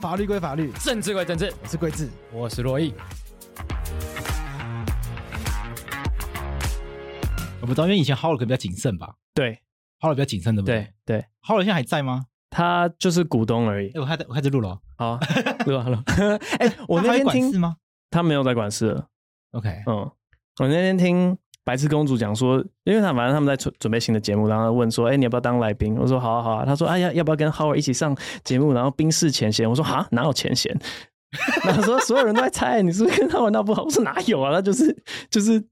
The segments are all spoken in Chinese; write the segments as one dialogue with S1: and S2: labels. S1: 法律归法律，
S2: 政治归政治，
S1: 我是桂智。
S2: 我是洛毅。
S1: 我不知道，因为以前 Howard 可能比较谨慎吧
S3: 对
S1: ，Howard 比较谨慎，对不
S3: 对对，
S1: h o w a r d 现在还在吗？
S3: 他就是股东而已
S1: 哎、。我还在，我开始录了 哦。
S3: 好，录完了。 哎、我
S1: 他
S3: 那
S1: 还
S3: 天
S1: 管事
S3: 听
S1: 吗
S3: 他没有在管事了。
S1: ？OK，
S3: 嗯，我那天听白痴公主讲说，因为她反正他们在准准备新的节目，然后问说，哎、你要不要当来宾？我说好啊好啊。她说，哎、呀，要不要跟 Howard 一起上节目？然后冰释前嫌。我说哈，哪有前嫌？ 然后说所有人都在猜你是不是跟他玩闹不好。我说哪有啊，他就是就是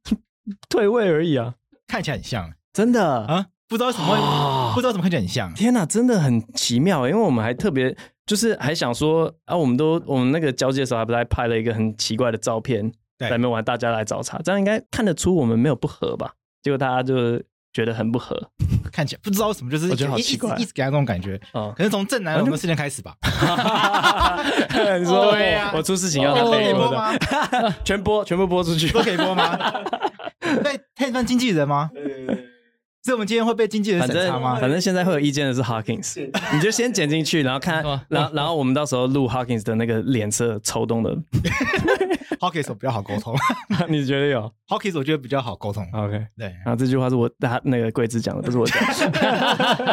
S3: 退位而已啊，嗯
S1: 看起来很像
S3: 真的
S1: 啊，不知道为什么
S3: 啊
S1: 会，不知道怎么看起来很像。
S3: 天呐，真的很奇妙欸，因为我们还特别就是还想说啊，我们都我们那个交接的时候还不是还拍了一个很奇怪的照片，
S1: 对
S3: 在那边玩大家来找茬，这样应该看得出我们没有不合吧？结果大家就觉得很不合
S1: 看起来不知道为什么，就是
S3: 我觉得好
S1: 一
S3: 奇怪
S1: 一直一直给他那种感觉。。
S3: 啊
S1: 可是从正南龙的事件开始吧，
S3: 你说
S1: 对啊
S3: 我我出事情要
S2: 哦
S3: 他
S1: 可
S3: 背
S1: 以
S3: 锅
S1: 播
S3: 的，
S1: 吗？
S3: 全播全部播出去
S1: 都。可以播吗？ 对，他也算经纪人吗？所以我们今天会被经纪人
S3: 反
S1: 审查
S3: 正
S1: 吗？
S3: 反正现在会有意见的是 Hawkins，你就先剪进去，然后看
S2: 哇，
S3: 然后然后我们到时候录 Hawkins 的那个脸色抽动的，
S1: Hawkins 我比较好沟通
S3: 你觉得有
S1: ，Hawkins 我觉得比较好沟通。
S3: ？OK，
S1: 对，
S3: 然后这句话是我他那个桂枝讲的，不是我讲的。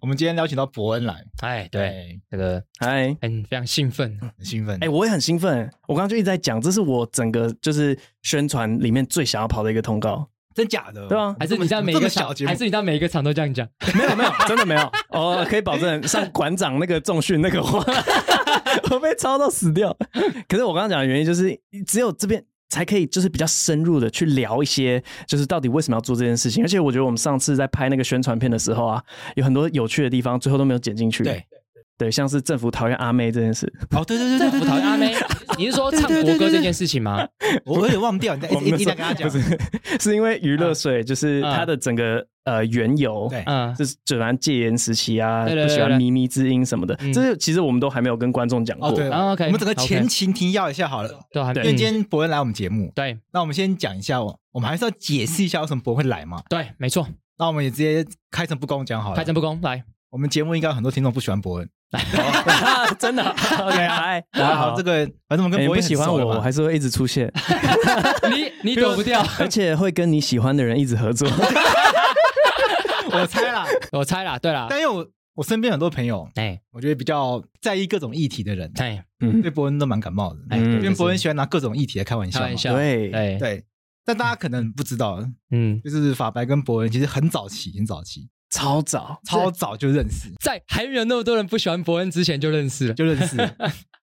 S1: 我们今天邀请到伯恩来，
S2: 哎，对，，这个
S3: 嗨，
S2: 很非常兴奋。
S1: 很兴奋。
S3: 哎，我也很兴奋。我刚刚就一直在讲，这是我整个就是宣传里面最想要跑的一个通告。
S1: 真假的？
S3: 对啊
S2: 还是你在每一
S1: 这
S2: 个
S1: 么小
S2: 场
S1: 的节，目
S2: 还是你在每一个场都这样讲？
S3: 没有没有，真的没有。哦，可以保证像馆长那个重训那个话， 我被抄到死掉。可是我刚刚讲的原因就是，只有这边。才可以，就是比较深入的去聊一些，就是到底为什么要做这件事情。而且我觉得我们上次在拍那个宣传片的时候啊，有很多有趣的地方，最后都没有剪进去。
S1: 对
S3: 对，像是政府讨厌阿妹这件事，
S1: 哦，对对对对
S2: 不
S1: 对
S2: 讨厌阿妹，你是 说唱国歌这件事情吗？
S1: 我有点忘掉，你再一
S3: 我们
S1: 一
S3: 那
S1: 一
S3: 时
S1: 再
S3: 候
S1: 跟他讲
S3: 不。是，是 因为娱乐税，就是
S2: 啊
S3: 它的整个呃缘由，
S1: 对，
S2: 嗯，
S3: 就是喜欢戒严时期啊，
S2: 对对
S3: 不喜
S2: 对对
S3: 欢靡靡之音什么的
S2: 嗯，
S3: 这些其实我们都还没有跟观众讲
S1: 哦
S3: 过。
S1: 对
S2: 啊，OK，
S1: 我们整个
S2: OK
S1: 前情提要一下好了，
S2: 对，还
S1: 因
S2: 对
S1: 为今天伯恩来我们节目，
S2: 对
S1: 那我们先讲一下，我我们还是要解释一下为什么伯恩会来嘛。
S2: 对，没错，
S1: 那我们也直接开诚布公讲好了。
S2: 开诚布公 来。
S1: 我们节目应该有很多听众不喜欢伯恩。
S3: 真的，OK，嗨，
S1: 然后这个，反正我们跟
S3: 哎你
S1: 伯
S3: 不
S1: 恩
S3: 喜欢
S1: 很熟了
S3: 我，
S1: 嘛
S3: 我还是会一直出现，
S2: 你你躲不掉，
S3: 而且会跟你喜欢的人一直合作。
S1: 我猜 啦。
S2: 我猜啦，对啦，
S1: 但因为我我身边很多朋友，
S2: 哎
S1: 我觉得比较在意各种议题的人，
S2: 哎
S3: 嗯，
S1: 对伯恩都蛮感冒的。
S2: 哎，
S3: 嗯
S1: 因为
S2: 对
S1: 伯恩喜欢拿各种议题来开玩笑
S2: 开
S1: 嘛。
S2: 玩笑，
S3: 对，
S2: 对，
S1: 对，但大家可能不知道，
S2: 嗯，
S1: 就是法白跟伯恩其实很早期，很早期，
S3: 超早，
S1: 超早就认识，
S2: 在还没有那么多人不喜欢伯恩之前就认识了，
S1: 就认识。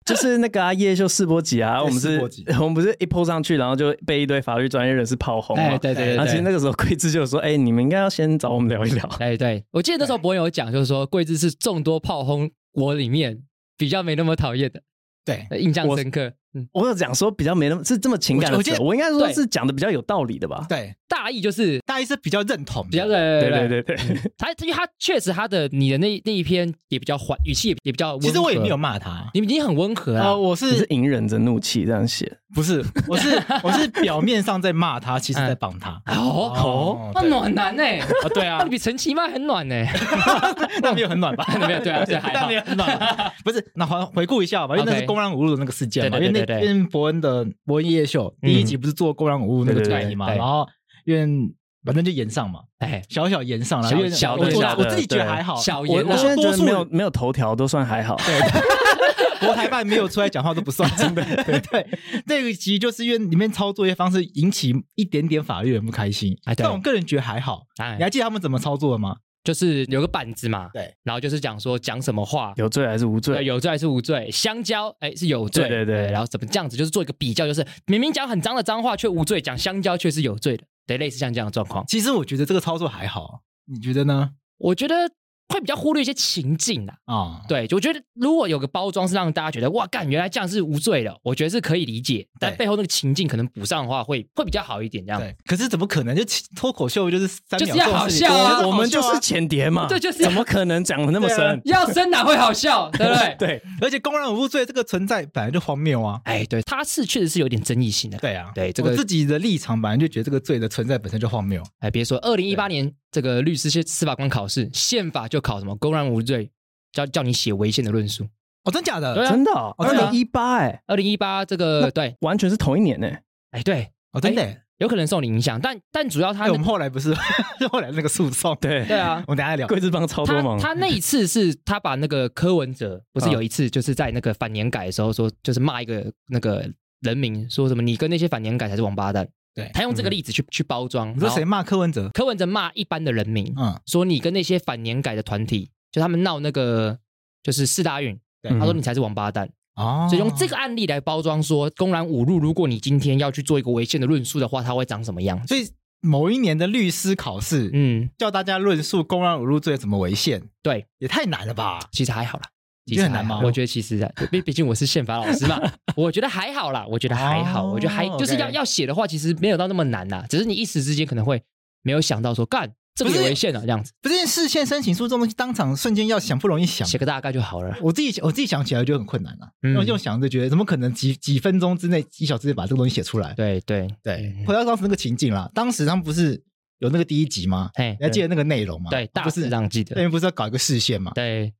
S3: 就是那个啊，叶秀试播集啊，我们
S1: 试
S3: 是
S1: 播集，
S3: 我们不是一 PO 上去，然后就被一堆法律专业人士炮轰
S2: 哎，
S3: 嘛。
S2: 对对对
S3: 然后其实
S2: 对。
S3: 那个时候桂枝就说：“哎，你们应该要先找我们聊一聊。”
S2: 哎，对，我记得那时候伯恩有讲，就是说桂枝是众多炮轰我里面比较没那么讨厌的，呃
S1: 对，
S2: 印象深刻。嗯，
S3: 我有讲说比较没那么是这么情感的
S1: 我觉
S3: 词
S1: 得，
S3: 我应该说
S2: 对
S3: 是讲的比较有道理的吧？
S1: 对，
S2: 大意就是
S1: 大一是比较认同的，
S2: 比较对嗯
S3: 对对对对，
S2: 他因为他确实他的你的那那一篇也比较缓，语气也也比较温和。
S1: 其实我也没有，骂他。
S2: 你你很温和
S1: 呃，
S2: 啊。
S1: 我
S3: 你是
S1: 是
S3: 隐忍着怒气这样写，
S1: 不是我是我是表面上在骂他，其实在帮他。
S2: 哦
S1: 哦
S2: 那
S1: 对
S2: 暖男呢？
S1: 啊，对啊
S2: 那，比陈其迈很暖欸呢。
S1: 那没有很 暖吧？
S2: 没有对啊对还好
S1: 那没有很暖 吧。不是，那回回顾一下吧，因为那
S2: OK
S1: 是公然侮辱的那个事件
S2: 对对
S1: 嘛。
S2: 对
S1: 因为
S2: 对
S1: 那
S2: 对
S1: 因为伯恩的伯恩夜秀第一集不是做公然侮辱那个主题嘛，
S2: 嗯对对对对
S1: 然后愿反正就延上嘛，
S2: 哎，
S1: 小小延上了，
S2: 小
S1: 因为
S2: 小
S1: 我
S2: 的
S3: 小
S1: 我我
S3: 的
S1: 自己觉得
S3: 对
S1: 还好，
S2: 小
S3: 我
S2: 言
S3: 我
S2: 啊
S3: 现在觉
S1: 多
S3: 得
S1: 数
S3: 没有没有头条都算还好，
S1: 国台办没有出来讲话都不算，真的。对对，这一集就是因为里面操作一些方式引起一点点法律人不开心，
S2: 哎对
S1: 但我个人觉得还好。
S2: 哎
S1: 你还记得他们怎么操作的吗？
S2: 就是有个板子嘛，
S1: 对，
S2: 然后就是讲说讲什么话。
S3: 有罪还是无
S2: 对，
S3: 罪？
S2: 有罪还是无罪？香蕉，哎，是有罪。
S3: 对对对
S2: 然后怎么这样子？就是做一个比较，就是明明讲很脏的脏话却无罪，讲香蕉却是有罪的。对，类似像这样的状况，
S1: 其实我觉得这个操作还好，你觉得呢？
S2: 我觉得会比较忽略一些情境啊。
S1: 啊、
S2: 对，我觉得如果有个包装是让大家觉得哇，干，原来这样是无罪的，我觉得是可以理解。但
S1: 对
S2: 背后那个情境可能补上的话会，会比较好一点。这样，
S1: 对，可是怎么可能？就其脱口秀就是三
S2: 啊就
S1: 秒
S2: 是
S1: 钟的
S2: 要好
S1: 事情
S2: 笑啊
S1: 我
S3: 我们
S1: 们就
S3: 就是是，前碟嘛，
S2: 对就是
S3: 怎么可能讲的那么深？
S2: 要生哪会好笑，对不对？
S3: 对，
S1: 而且公然无罪这个存在本来就荒谬啊。
S2: 哎，对，他是确实是有点争议性的。
S1: 对啊，
S2: 对这个
S1: 我自己的立场本来就觉得这个罪的存在本身就荒谬。
S2: 哎，别说二零一八年这个律师司法官考试，宪法就考什么公然无罪，叫叫你写违宪的论述。
S1: 哦，真假的？
S2: 对啊
S3: 真的哦，
S1: 哦对
S2: 啊
S3: 二零一八哎，
S2: 二零一八这个对，
S3: 完全是同一年呢。
S2: 哎对，
S1: 哦，真的耶。
S2: 有可能受你影响，但但主要他
S1: 哎，我
S2: 那
S1: 们后来不是 后来那个诉讼，
S3: 对
S2: 对， 啊，
S1: 我们等一下聊。
S3: 贵志帮超多
S2: 他
S3: 忙，
S2: 他那一次是他把那个柯文哲
S1: 嗯
S2: 不是有一次就是在那个反年改的时候说，就是骂一个那个人民说什么你跟那些反年改才是王八蛋。
S1: 对
S2: 他用这个例子去去包装。
S1: 嗯你说
S2: 然后
S1: 谁骂柯文哲？
S2: 柯文哲骂一般的人民，
S1: 嗯，
S2: 说你跟那些反年改的团体，就他们闹那个就是四大运，
S1: 对
S2: 嗯他说你才是王八蛋，
S1: 嗯哦，
S2: 所以用这个案例来包装说公然侮辱，如果你今天要去做一个违宪的论述的话，它会长什么样？
S1: 所以某一年的律师考试，
S2: 嗯，
S1: 叫大家论述公然侮辱罪怎么违宪，
S2: 对，
S1: 也太难了吧？
S2: 其实还好啦。
S1: 你
S2: 其
S1: 觉
S2: 实
S1: 得很难
S2: 还好
S1: 吗
S2: 我觉得其实还毕毕竟我是宪法老 师嘛，我觉得还好啦，我觉得还好，
S1: 哦
S2: 我觉得还
S1: OK
S2: 就是要要写的话，其实没有到那么难啦，只是你一时之间可能会没有想到说干这个
S1: 不
S2: 也
S1: 是
S2: 违宪了这样子，
S1: 不是视线申请书这种东西，当场瞬间要想不容易想。
S2: 写个大概就好了。
S1: 我自己我自己想起来就很困难了、
S2: 嗯
S1: 用用想就觉得怎么可能几几分钟之内、几小时之内把这个东西写出来？
S2: 对对
S1: 对，
S2: 嗯
S1: 回到当时那个情境啦，当时他们不是有那个第一集吗？
S2: 嘿，
S1: 你还记得那个内容吗？
S2: 对大
S1: 不是
S2: 致上记得，
S1: 那边不是要搞一个视线吗？
S2: 对，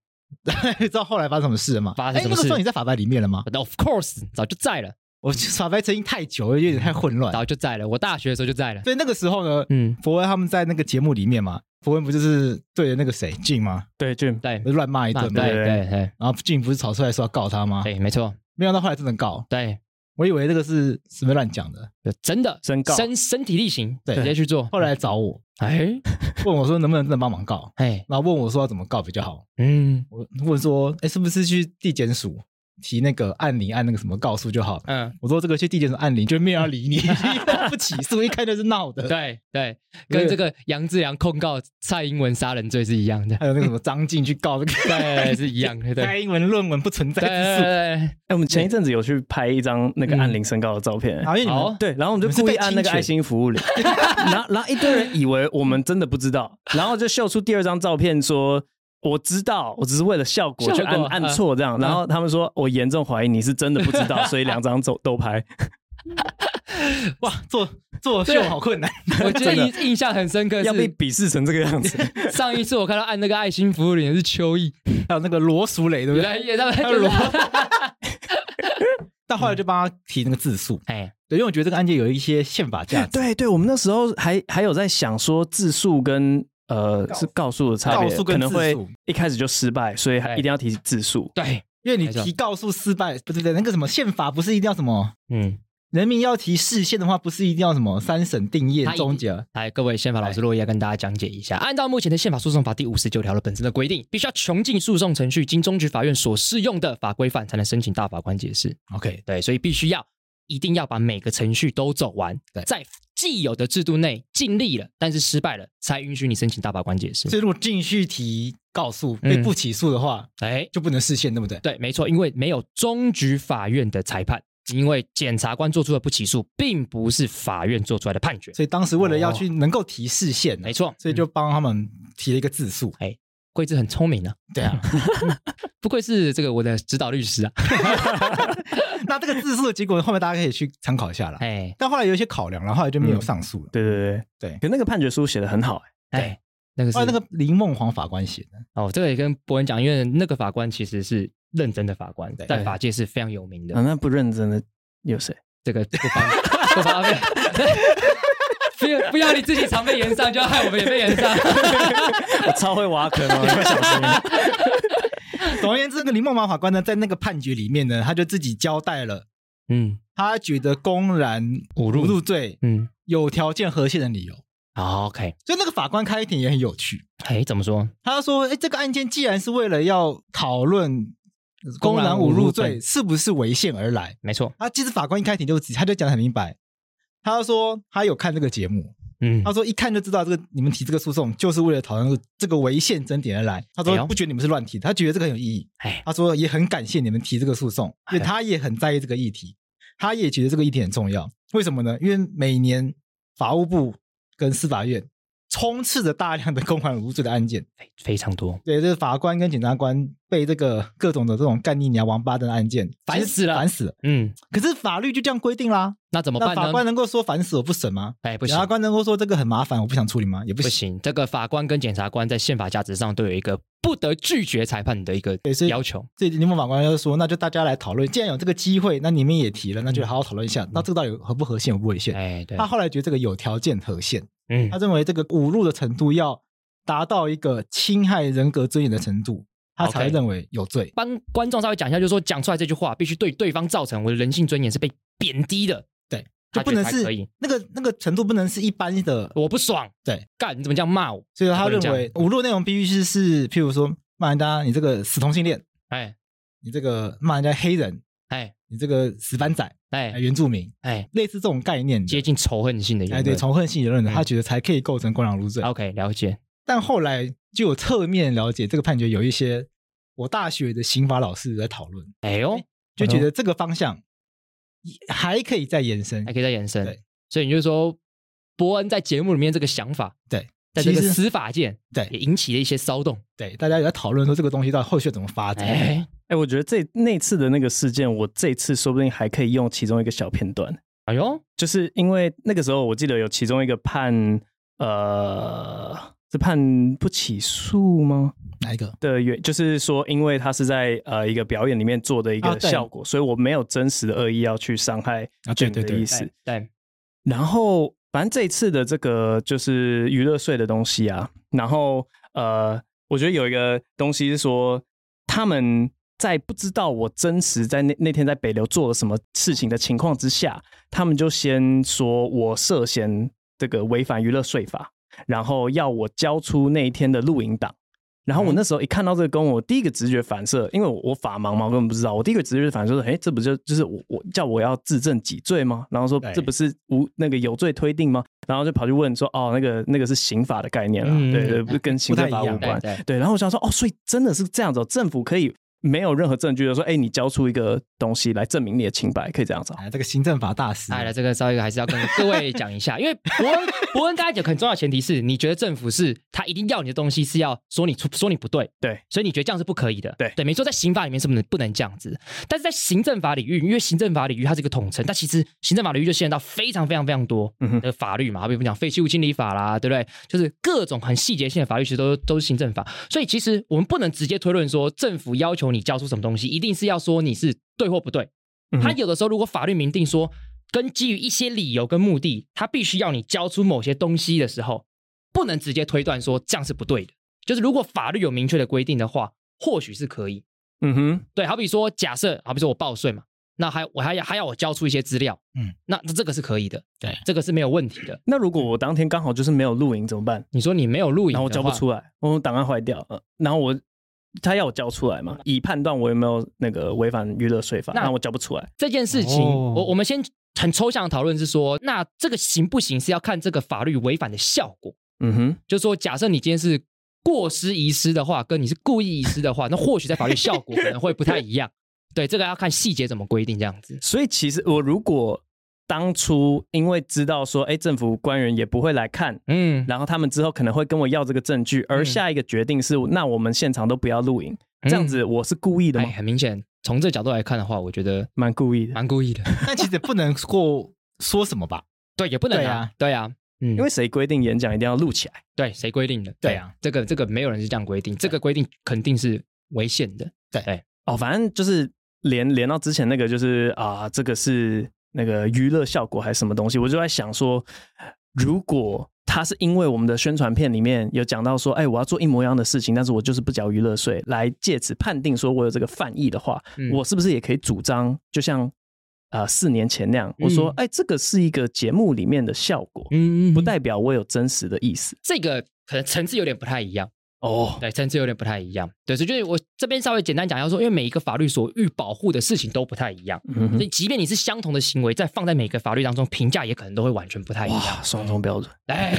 S1: 知道后来发生什么事了吗？
S2: 发生什么
S1: 哎那个时候
S2: 事
S1: 你在法白里面了吗？
S2: But Of course，早就在了，
S1: 我法白声音太久了，有点太混乱。
S2: 早就在了。我大学的时候就在了。
S1: 所以那个时候呢，
S2: 嗯，
S1: 博文他们在那个节目里面嘛，博文不就是对着那个谁俊吗？
S3: 对哎 Jim，
S2: 对，
S1: 不是乱骂一
S2: 啊
S1: 顿
S2: 对
S1: 吗？
S2: 对啊对
S1: 然后俊不是吵出来说要告他吗？
S2: 对，没错，
S1: 没想到后来真的告，
S2: 对，呃
S1: 我以为这个是什么乱讲的，
S2: 真的
S3: 真告
S2: 身身体力行，
S1: 对
S2: 直接去做。
S1: 后来找我
S2: 哎
S1: 问我说能不能真的帮忙告，
S2: 哎，
S1: 然后问我说要怎么告比较好。
S2: 嗯
S1: 我问说，哎，是不是去地检署提那个按铃按那个什么告诉就好？
S2: 嗯，
S1: 我说这个去地检署按铃就没有人要理你， 不起诉，一看就是闹的。
S2: 嗯对对，跟这个杨志良控告蔡英文杀人罪是一样的，
S1: 还有那个什么张晋去告这个
S2: 对，是一样的， 对
S1: 蔡英文论文不存在
S2: 对
S1: 之诉。
S2: 对
S3: 哎，我们前一阵子有去拍一张那个按铃申告的照片，
S1: 然后因为你
S2: 好
S1: 们
S2: 哦
S3: 对，然后我们就故意按那个爱心服务铃，然后然后一堆人以为我们真的不知道，然后就秀出第二张照片说。我知道，我只是为了效果
S2: 效
S3: 就
S2: 果
S3: 按按错这样，然后他们说我严重怀疑你是真的不知道，所以两张都都拍。
S1: 哇，做做秀好困难。
S2: 对，我记得印印象很深 刻
S3: 要被
S2: 是
S3: 鄙视成这个样子，
S2: 上一次我看到按那个爱心服务铃的是秋意，
S1: 还有那个罗淑蕾，对不
S2: 原
S1: 对？
S2: 来也在
S1: 还有
S2: 就是
S1: 罗，但后来就帮他提那个自诉，
S2: 哎，
S1: 对，因为我觉得这个案件有一些宪法价值。
S3: 对对，我们那时候还还有在想说字数跟呃是告诉的差别，
S1: 告诉跟
S3: 可能会
S1: 字数
S3: 一开始就失败，所以还
S2: 对
S3: 一定要提字数。
S2: 对，
S1: 因为你
S2: 没错
S1: 提告诉失败，不对不对，那个什么宪法不是一定要什么
S2: 嗯，
S1: 人民要提释宪的话，不是一定要什么三审定谳
S2: 他一定
S1: 终结？
S2: 来，各位宪法老师落叶要跟大家讲解一下，按照目前的宪法诉讼法第五十九条的本身的规定，必须要穷尽诉讼程序经中级法院所适用的法规范，才能申请大法官解释。
S1: OK，
S2: 对，所以必须要一定要把每个程序都走完
S1: 对，
S2: 在既有的制度内尽力了，但是失败了，才允许你申请大法官解释
S1: 所。以如果继续提告诉被
S2: 嗯
S1: 不起诉的话，
S2: 哎，
S1: 就不能释宪，对不对？
S2: 对，没错，因为没有中级法院的裁判，因为检察官做出的不起诉，并不是法院做出来的判决。
S1: 所以当时为了要去能够提释宪啊，
S2: 没错，嗯
S1: 所以就帮他们提了一个自诉。
S2: 桂枝很聪明啊，
S1: 对啊，
S2: 不愧是这个我的指导律师啊。
S1: 那这个自诉的结果后面大家可以去参考一下啦。
S2: 哎
S1: 但后来有一些考量，然后后来就没有上诉了。
S3: 对对对
S1: 对
S3: 可那个判决书写的很好、欸，
S2: 哎，那个是
S1: 哦后来那个林梦黄法官写的，
S2: 哦，这个也跟博文讲，因为那个法官其实是认真的法官，
S1: 对嗯
S2: 在法界是非常有名的。
S3: 啊，那不认真的有谁？
S2: 这个不方不方便。这个不要你自己常被延上，就要害我们也被延上。
S3: 我超会挖 坑哦，你们小心。
S1: 总而言之，那个林梦马法官呢，在那个判决里面呢，他就自己交代了，
S2: 嗯
S1: 他觉得公然
S2: 侮辱
S1: 罪
S2: 嗯
S1: 有条件和解的理由。
S2: 好，OK，
S1: 所以那个法官开庭也很有趣，
S2: 哎，怎么说？
S1: 他说：“哎，这个案件既然是为了要讨论公然侮辱罪是不是违宪而来，
S2: 没错，
S1: 他其实法官一开庭就指他就讲得很明白，他说他有看这个节目，
S2: 嗯
S1: 他说一看就知道这个你们提这个诉讼就是为了讨论这个违宪争点而来。他
S2: 哎呦
S1: 说不觉得你们是乱提的，他觉得这个很有意义。
S2: 哎，
S1: 他说也很感谢你们提这个诉讼，因为
S2: 哎
S1: 他也很在意这个议题，他也觉得这个议题很重要。为什么呢？因为每年法务部跟司法院充斥着大量的公款无罪的案件，
S2: 非非常多，
S1: 对，就是法官跟检察官被这个各种的这种干你娘王八蛋的案件
S2: 烦死了
S1: 烦死了。
S2: 嗯，
S1: 可是法律就这样规定啦，
S2: 那怎么
S1: 那
S2: 办
S1: 法官
S2: 呢？
S1: 能够说烦死我不审吗？
S2: 哎，不
S1: 检
S2: 行
S1: 察。官能够说这个很麻烦，我不想处理吗？也不
S2: 不
S1: 行。
S2: 行，这个法官跟检察官在宪法价值上都有一个不得拒绝裁判的一个
S1: 对所以
S2: 要求。
S1: 所以林梦法官就说，那就大家来讨论，既然有这个机会，那你们也提了，那就好好讨论一下，那这个到底合不合宪，合不违宪？
S2: 嗯哎，对
S1: 他，后来觉得这个有条件合宪，
S2: 嗯
S1: 他，认为这个侮辱的程度要达到一个侵害人格尊严的程度，他才
S2: OK
S1: 会认为有罪。
S2: 帮观众稍微讲一下，就是说讲出来这句话必须对对方造成我的人性尊严是被贬低的，
S1: 对，
S2: 他
S1: 就不能
S2: 觉得还可以
S1: 是那个那个程度，不能是一般的。
S2: 我不爽。
S1: 对，
S2: 干你怎么这样骂我？
S1: 所以他认
S2: 不能
S1: 为
S2: 这
S1: 侮辱内容必须是是，譬如说骂人家你这个死同性恋，
S2: 哎
S1: 你这个骂人家黑人，
S2: 哎
S1: 你这个死板仔、哎
S2: 哎
S1: 原住民，
S2: 哎，
S1: 类似这种概念的
S2: 接近仇恨性的言
S1: 哎，
S2: 论。
S1: 对，仇恨性言论的，
S2: 嗯
S1: 他觉得才可以构成公然侮辱罪。
S2: OK，了解。
S1: 但后来就有侧面了解这个判决，有一些我大学的刑法老师在讨论，
S2: 哎呦，
S1: 就觉得这个方向也还可以再延伸
S2: 还。可以再延伸
S1: 对。
S2: 所以你就说，伯恩在节目里面这个想法，
S1: 对，
S2: 在这个
S1: 其实
S2: 司法界也
S1: 对
S2: 引起了一些骚动。
S1: 对，大家也在讨论说这个东西到底后续要怎么发展。
S2: 哎，
S3: 哎，我觉得这那次的那个事件，我这次说不定还可以用其中一个小片段，
S2: 哎呦，
S3: 就是因为那个时候我记得有其中一个判，呃，是判不起诉吗？
S1: 哪一个？
S3: 的原就是说，因为他是在呃一个表演里面做的一
S1: 啊
S3: 个
S1: 对
S3: 效果，所以我没有真实的恶意要去伤害
S1: 啊对
S3: Jane
S1: 对
S3: 的
S1: 对
S3: 意思。
S2: 对，
S3: 然后反正这一次的这个就是娱乐税的东西啊，然后呃，我觉得有一个东西是说他们。在不知道我真实在那那天在北流做了什么事情的情况之下，他们就先说我涉嫌这个违反娱乐税法，然后要我交出那一天的录影档。然后我那时候一看到这个公文，我第一个直觉反射，因为我我法盲嘛，我根本不知道。我第一个直觉反射说，哎，这不就就是我我叫我要自证己罪吗？然后说
S1: 对
S3: 这不是无那个有罪推定吗？然后就跑去问说，哦，那个那个是刑法的概念啦，啊
S2: 嗯
S3: 对对，不跟刑
S1: 不
S3: 罪
S1: 太
S3: 法
S1: 一
S3: 无
S1: 样
S3: 关
S2: 对。对
S3: 对，然后我想说，哦，所以真的是这样子、哦，政府可以没有任何证据的说，哎，你交出一个东西来证明你的清白，可以这样子、哦。
S1: 哎，这个行政法大师，
S2: 哎，来这个稍微还是要跟各位讲一下，因为伯恩伯恩刚才讲很重要的前提是，你觉得政府是他一定要你的东西是要说你出说你不对，
S3: 对，
S2: 所以你觉得这样是不可以的，
S3: 对
S2: 对，没错，在刑法里面是不能不能这样子，但是在行政法领域，因为行政法领域它是一个统称，但其实行政法领域就牵涉到非常非常非常多
S3: 嗯哼
S2: 的法律嘛，比如讲废弃物清理法啦，对不对？就是各种很细节性的法律，其实都都是行政法，所以其实我们不能直接推论说政府要求你交出什么东西，一定是要说你是对或不对。
S3: 嗯
S2: 他有的时候如果法律明定说，跟基于一些理由跟目的，他必须要你交出某些东西的时候，不能直接推断说这样是不对的。就是如果法律有明确的规定的话，或许是可以。
S3: 嗯哼，
S2: 对，好比说假设，好比说我报税嘛，那还我还要还要我交出一些资料，嗯
S1: 嗯，
S2: 那那这个是可以的，
S1: 对，
S2: 这个是没有问题的。
S3: 那如果我当天刚好就是没有录影怎么办？
S2: 你说你没有录影，
S3: 然后我交不，出来，我档案坏掉，呃然后我他要我交出来嘛，以判断我有没有那个违反娱乐税法，
S2: 嗯那
S3: 那我交不出来。
S2: 这件事情，
S1: 哦
S2: 我我们先很抽象的讨论是说，那这个行不行是要看这个法律违反的效果。
S3: 嗯哼，
S2: 就是说，假设你今天是过失遗失的话，跟你是故意遗失的话，那或许在法律效果可能会不太一样。对，这个要看细节怎么规定这样子。
S3: 所以其实我如果当初因为知道说，哎，政府官员也不会来看。
S2: 嗯，
S3: 然后他们之后可能会跟我要这个证据，而
S2: 嗯
S3: 下一个决定是，那我们现场都不要录影，这样子我是故意的
S2: 哎，
S3: 吗？
S2: 很明显，从这角度来看的话，我觉得
S3: 蛮故意的，
S2: 蛮故意的。
S1: 但其实也不能够说什么吧？
S2: 对，也不能
S1: 对
S2: 啊
S1: 啊，
S2: 对啊，嗯，
S3: 因为谁规定演讲一定要录起来？
S2: 对啊谁规定的？
S1: 对啊，
S2: 这个这个没有人是这样规定，这个规定肯定是违宪的。
S3: 哦，反正就是连连到之前那个，就是啊、这个是那个娱乐效果还是什么东西，我就在想说，如果他是因为我们的宣传片里面有讲到说，哎，我要做一模一样的事情，但是我就是不缴娱乐税，来借此判定说我有这个犯意的话，
S2: 嗯
S3: 我是不是也可以主张，就像呃四年前那样，我说，
S2: 嗯
S3: 哎，这个是一个节目里面的效果，
S2: 嗯，
S3: 不
S2: 不
S3: 代表我有真实的意思
S2: 这个可能层次有点不太一样，
S3: 哦。
S2: 对，层次有点不太一样。对，所以就是我这边稍微简单讲一下说，因为每一个法律所欲保护的事情都不太一样，
S3: 嗯
S2: 所
S3: 哼，
S2: 以即便你是相同的行为，在放在每个法律当中评价也可能都会完全不太一样。
S3: 哇，双重标准，
S2: 哎，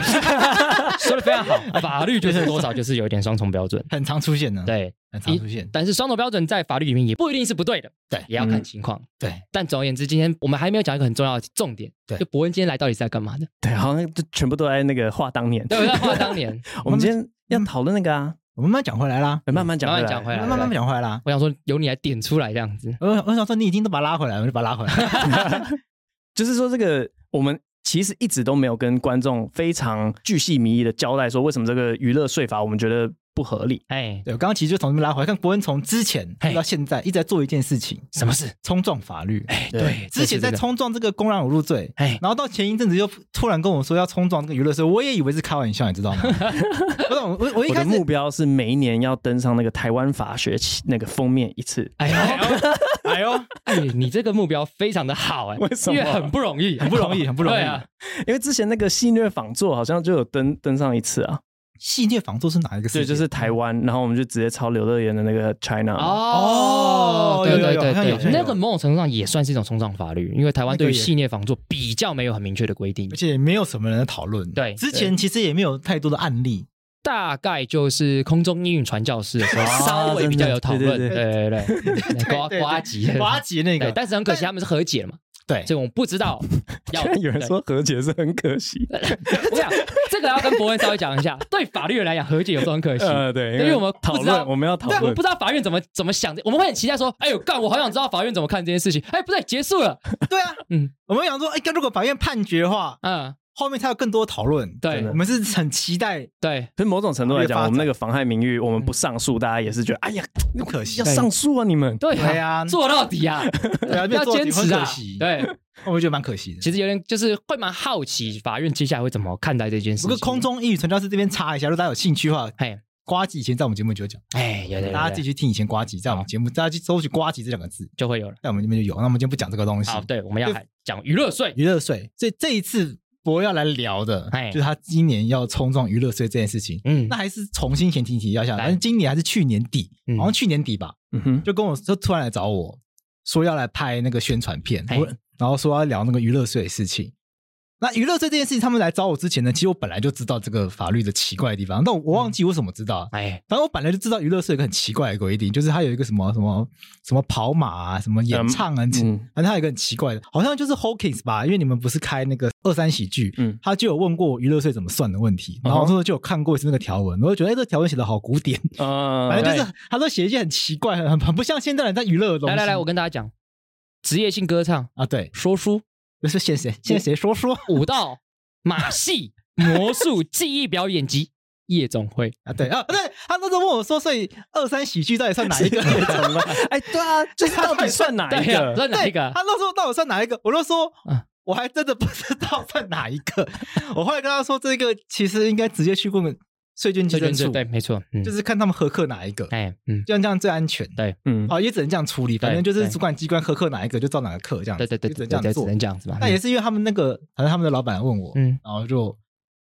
S2: 说的非常好，法律就是多少就是有一点双重标准。
S1: 很常出现 的，，
S2: 对，
S1: 很常出现。
S2: 但是双重标准在法律里面也不一定是不对的，
S1: 对
S2: 也要看情况。
S1: 对，
S2: 但总而言之，今天我们还没有讲一个很重要的重点，
S1: 对
S2: 就伯恩今天来到底是在干嘛的？
S3: 对，好像就全部都在那个话当年。
S2: 对，我在话当年，
S3: 我们今天要讨论那个啊，
S1: 我们慢慢讲回来啦，
S3: 哎慢慢讲，
S2: 慢慢嗯讲回来
S1: 慢慢慢慢讲回来啦。
S2: 我想说由你来点出来这样子。
S1: 我我想说，你已经都把它拉回来了，我就把它拉回来。
S3: 就是说这个我们。其实一直都没有跟观众非常巨细靡遗的交代说，为什么这个娱乐税法我们觉得不合理。
S2: 哎，
S1: 对，我刚刚其实就从这边拉回来，看伯恩从之前
S2: 嘿
S1: 到现在一直在做一件事情，
S2: 什么事？
S1: 冲撞法律。
S2: 哎，
S3: 对
S2: 对，
S1: 之前
S2: 这
S1: 在
S2: 是这个，
S1: 冲撞这个公然侮辱罪，
S2: 哎，
S1: 然后到前一阵子又突然跟我说要冲撞这个娱乐社，我也以为是开玩笑，你知道 吗？不是我我我一
S3: 我的
S1: 开始
S3: 目标是每一年要登上那个台湾法学期那个封 面一次。
S2: 哎呦，
S1: 哎呦，
S2: 哎，你这个目标非常的好哎，
S3: 为什么
S2: 因为很不容易，
S1: 很不容易，很不容易。
S2: 对啊
S3: 因为之前那个戏虐仿作好像就有登登上一次啊，
S1: 系列仿作是哪一个事
S3: 对，
S1: 件？
S3: 就是台湾，然后我们就直接抄刘乐言的那个 China，、
S2: 哦，
S1: 啊有
S2: 对
S1: 有
S2: 对
S1: 有好像有
S2: 对
S1: 好像
S2: 对，
S1: 有
S2: 那个某种程度上也算是一种冲撞法律，因为台湾对于
S1: 那个也
S2: 系列仿作比较没有很明确的规定
S1: 而，且也没有什么人在讨论。
S2: 对
S1: 之前其实也没有太多的案例。
S2: 大概就是空中英语传教士的时候
S3: 啊
S2: 稍微比较有讨论，对
S3: 真的
S2: 对 对对，
S1: 对
S2: 瓜
S1: 对
S2: 瓜吉，
S1: 瓜吉那
S2: 对
S1: 个，，
S2: 但是很可惜他们是和解了嘛，
S1: 对
S2: 所以我们不知道 要
S3: 居然 有人说和解是很可惜，
S2: 我想这个要跟伯恩稍微讲一下，对法律人来讲，和解有时候很可惜。
S3: 呃，对，
S2: 因为我们不
S3: 讨
S2: 知道
S3: 论，我们要讨
S2: 对，我
S3: 论
S2: 不，知道法院怎么怎么想的，我们会很期待说，哎呦干，我好想知道法院怎么看这件事情。哎，不对，结束了，
S1: 对啊，
S2: 嗯
S1: 我们想说，哎，如果法院判决的话，
S2: 嗯，
S1: 后面才有更多讨论。
S2: 对
S1: 我们是很期待，
S2: 对，
S3: 所以某种程度
S1: 法
S3: 来
S1: 律发
S3: 讲，
S1: 展
S3: 我们那个妨害名誉，我们不上诉，大家也是觉得，哎呀，
S1: 不可惜
S3: 要。上诉啊，你们。
S2: 对
S1: 对
S2: 啊，
S1: 啊，
S2: 做到底啊，
S1: 对啊，没有
S2: 要
S1: 做
S2: 坚持
S1: 很
S2: 啊
S1: 可惜。，
S2: 对，
S1: 我会觉得蛮可惜的。
S2: 其实有点就是会蛮好奇法院接下来会怎么看待这件事
S1: 不
S2: 情。
S1: 过空，中英语传教士这边插一下，如果大家有兴趣的话，
S2: 哎
S1: 瓜吉以前在我们节目就有讲，
S2: 哎，有点，
S1: 大家自己
S2: 己
S1: 去听以前瓜吉在我们节目，大家去搜取“瓜吉”这两个字，
S2: 就会有了。
S1: 在我们这边就有。那我们今天不讲这个东西，
S2: 好，对，我们要讲娱乐税，
S1: 娱乐税。所以这一次博要来聊的
S2: 哎，
S1: 就是他今年要冲撞娱乐税这件事情。
S2: 嗯
S1: 那还是重新前提提要一下，
S2: 来
S1: 反正今年还是去年底
S2: 嗯，
S1: 好像去年底吧，
S3: 嗯哼，
S1: 就跟我就突然来找我说要来拍那个宣传片，
S2: 哎
S1: 我然后说要聊那个娱乐税的事情。那娱乐税这件事情，他们来找我之前呢，其实我本来就知道这个法律的奇怪的地方，但我忘记为什么知道啊。
S2: 哎，
S1: 反正我本来就知道娱乐税有一个很奇怪的规定，就是它有一个什么什么什么跑马啊，什么演唱啊，很奇
S3: 嗯
S1: 反正它有一个很奇怪的，好像就是 Hawkins 吧，因为你们不是开那个二三喜剧，
S3: 嗯
S1: 他就有问过我娱乐税怎么算的问题，
S3: 嗯哼
S1: 然后那时候就有看过一次那个条文，我就觉得哎、这条文写的好古典，
S3: 呃，
S1: 反正就是他都写一些很奇怪、很很很不像现代人在娱乐的东西。
S2: 来来来，我跟大家讲，职业性歌唱、
S1: 啊，对，
S2: 说书、
S1: 就是现谁现谁说说
S2: 武道、马戏、魔术、技艺表演及夜总会。
S1: 啊，对啊，对，他那时候问我说，所以二三喜剧到底算哪一个？
S3: 哎，对啊，就是到底算哪一
S2: 对啊 呀，
S3: 个？
S2: 算哪一个
S1: 他？那时候到底算哪一个？我就说
S2: 嗯。
S1: 我还真的不知道算哪一个。 我后来跟他说，这个其实应该直接去问税捐
S2: 对
S1: 局
S2: 对
S1: 政
S2: 对
S1: 处，
S2: 对，没错，嗯，
S1: 就是是看他们合克哪一个，
S2: 哎，嗯，
S1: 这样这样最安全。
S3: 嗯，
S1: 啊，也只能这样处理，反正
S2: 对
S1: 就是
S2: 对
S1: 主管机关合克哪一个就照哪个课这样
S2: 对
S1: 子，
S2: 对对
S1: 就只
S2: 对
S1: 能
S2: 对，只
S1: 这样做。
S2: 能这样子吧。
S1: 那也是因为他们那个，反正他们的老板问我，
S2: 嗯，
S1: 然后就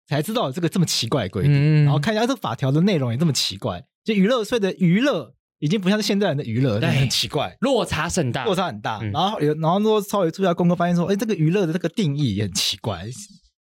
S1: 才知道有这个这么奇怪的规定，
S2: 嗯，嗯，
S1: 然后看一下这法条的内容也这么奇怪，就娱乐税的娱乐已经不像是现代人的娱乐，
S2: 对
S1: 很奇怪，
S2: 落差甚大，
S1: 落差很大。
S2: 嗯
S1: 然后有，然后说稍微注意一下功课，发现说，哎，这个娱乐的这个定义也很奇怪，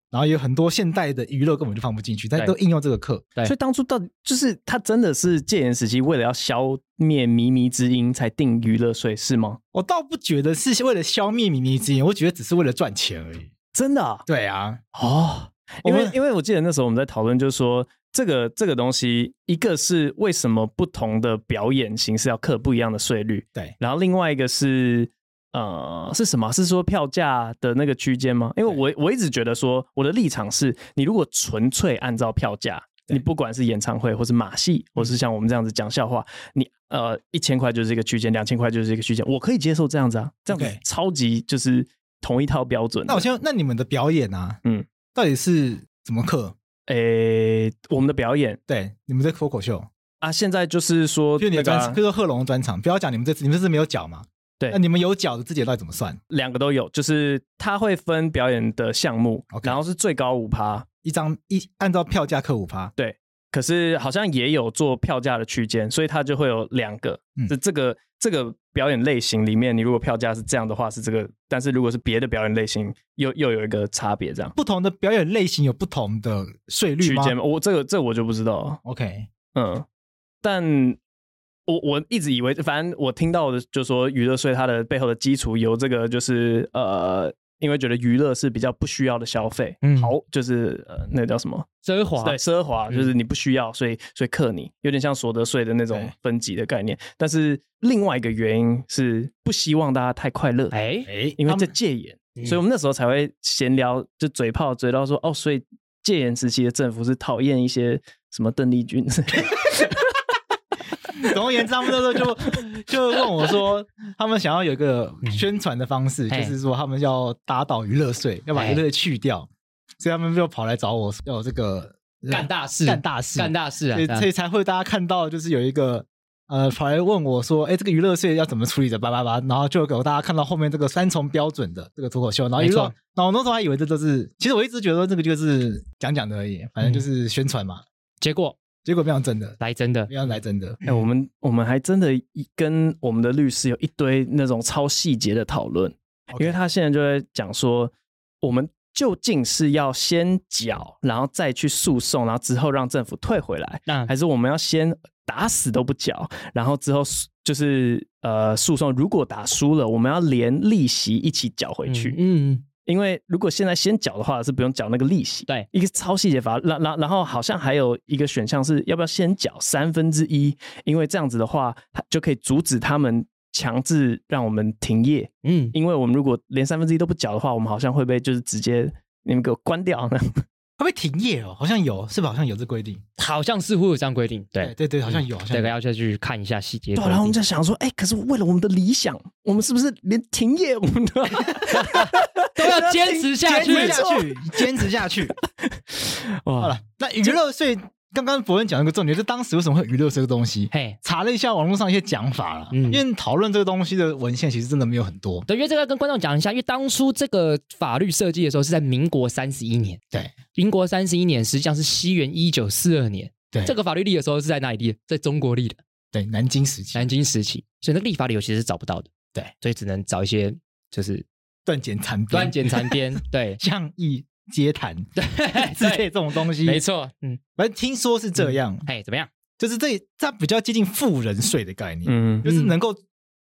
S1: 然后有很多现代的娱乐根本就放不进去，但
S2: 对
S1: 都应用这个课。
S2: 对
S3: 所以当初到底就是他真的是戒严时期为了要消灭靡靡之音才定娱乐税是吗？
S1: 我倒不觉得是为了消灭靡靡之音，我觉得只是为了赚钱而已。
S3: 真的啊？
S1: 对啊，
S3: 哦，因为
S1: 我
S3: 因为我记得那时候我们在讨论，就是说这个这个东西，一个是为什么不同的表演形式要课不一样的税率，
S1: 对
S3: 然后另外一个是呃是什么？是说票价的那个区间吗？因为我我一直觉得说我的立场是，你如果纯粹按照票价，
S1: 对嗯
S3: 你不管是演唱会或是马戏，或是像我们这样子讲笑话，你呃一千块就是一个区间，两千块就是一个区间，我可以接受这样子啊，这样子
S1: OK
S3: 超级就是同一套标准的。
S1: 那我先问，那你们的表演啊，
S3: 嗯
S1: 嗯，到底是怎么课？
S3: 诶、我们的表演
S1: 对，你们在脱口秀，
S3: 啊，现在就是说
S1: 就你
S3: 那
S1: 的
S3: 个
S1: 专，
S3: 啊
S1: 比如说贺龙的专场，不要讲你们这次，你们这次没有脚嘛？
S3: 对
S1: 那你们有脚的自己到底怎么算？
S3: 两个都有，就是他会分表演的项目
S1: OK
S3: 然后是最高五趴，
S1: 一张一按照票价克五趴，
S3: 可是好像也有做票价的区间，所以它就会有两个
S1: 嗯。
S3: 这、这个这个表演类型里面，你如果票价是这样的话是这个，但是如果是别的表演类型，又又有一个差别这样
S1: 不同的表演类型有不同的税率
S3: 区
S1: 吗
S3: 间。我这个这我就不知道了，
S1: ？OK，
S3: 嗯，但我我一直以为，反正我听到的就说娱乐税它的背后的基础由这个就是呃，因为觉得娱乐是比较不需要的消费，
S2: 嗯
S3: 好就是呃那叫什么
S2: 奢华
S3: 对，奢华
S2: 嗯
S3: 就是你不需要，所以所以克你，有点像所得税的那种
S1: 对
S3: 分级的概念。但是另外一个原因是不希望大家太快乐，
S2: 哎，
S1: 哎
S3: 因为
S1: 他
S3: 这
S1: 们
S3: 戒严，
S2: 嗯
S3: 所以我们那时候才会闲聊，就嘴炮嘴到说哦，所以戒严时期的政府是讨厌一些什么邓丽君，
S1: 总而言之，他们那时候就就问我说，他们想要有一个宣传的方式，
S2: 哎
S1: 就是说他们要打倒娱乐税，要把
S2: 哎
S1: 娱乐税去掉，所以他们就跑来找我说要有这个
S2: 干大事，
S1: 干大事，
S2: 干大事啊
S1: 所！以所以才会大家看到，就是有一个呃跑来问我说，哎，这个娱乐税要怎么处理的？叭叭叭，然后就给我大家看到后面这个三重标准的这个脱口秀，然后一
S2: 没
S1: 路，
S2: 错
S1: 然后我那时候还以为这都是，其实我一直觉得这个就是讲讲的而已，反正就是宣传嘛，
S2: 结果
S1: 结果非常真的，
S2: 来真的
S1: 非，常来真的，
S3: 哎、我们我们还真的一跟我们的律师有一堆那种超细节的讨论
S1: OK
S3: 因为他现在就在讲说，我们究竟是要先缴，然后再去诉讼，然后之后让政府退回来，
S2: 那
S3: 还是我们要先打死都不缴，然后之后诉就是呃诉讼如果打输了，我们要连利息一起缴回去。
S2: 嗯，嗯
S3: 因为如果现在先缴的话，是不用缴那个利息。
S2: 对，
S3: 一个超细节法，然然然后好像还有一个选项是要不要先缴三分之一，因为这样子的话，它就可以阻止他们强制让我们停业。
S2: 嗯，
S3: 因为我们如果连三分之一都不缴的话，我们好像会被就是直接你们给我关掉 呢。
S1: 会不会停业哦？好像有，是吧？好像有这规定，
S2: 好像似乎有这样规定，对
S1: 哎
S2: 嗯
S1: 对对，好像有，好像
S2: 这个
S1: 有。
S2: 要再去看一下细节规
S3: 对
S2: 定。
S3: 啊，然后我们在想说，哎、可是为了我们的理想，我们是不是连停业我们都 要
S2: 都要坚持下去，
S1: 坚持下去，坚持下去。好
S3: 哇，
S1: 了，那娱乐税，刚刚伯恩讲了一个重点，就当时为什么会有娱乐税这个东西？
S2: 嘿，
S1: 查了一下网络上一些讲法了，
S2: 嗯
S1: 因为讨论这个东西的文献其实真的没有很多。
S2: 对，因为这个要跟观众讲一下，因为当初这个法律设计的时候是在民国三十一年，
S1: 对，
S2: 民国三十一年实际上是西元一九四二年，
S1: 对
S2: 这个法律立的时候是在哪里立？在中国立的，
S1: 对，南京时期
S2: 南京时期，所以那个立法理由其实是找不到的，
S1: 对，
S2: 所以只能找一些就是
S1: 断简残编、，
S2: 断简 残编，对
S1: 项义皆谈 之类这
S2: 对，
S1: 种东西，
S2: 没。错，嗯，
S1: 反正听说是这样，
S2: 哎，怎么样？
S1: 就是这它比较接近富人税的概念，
S3: 嗯，
S1: 就是能够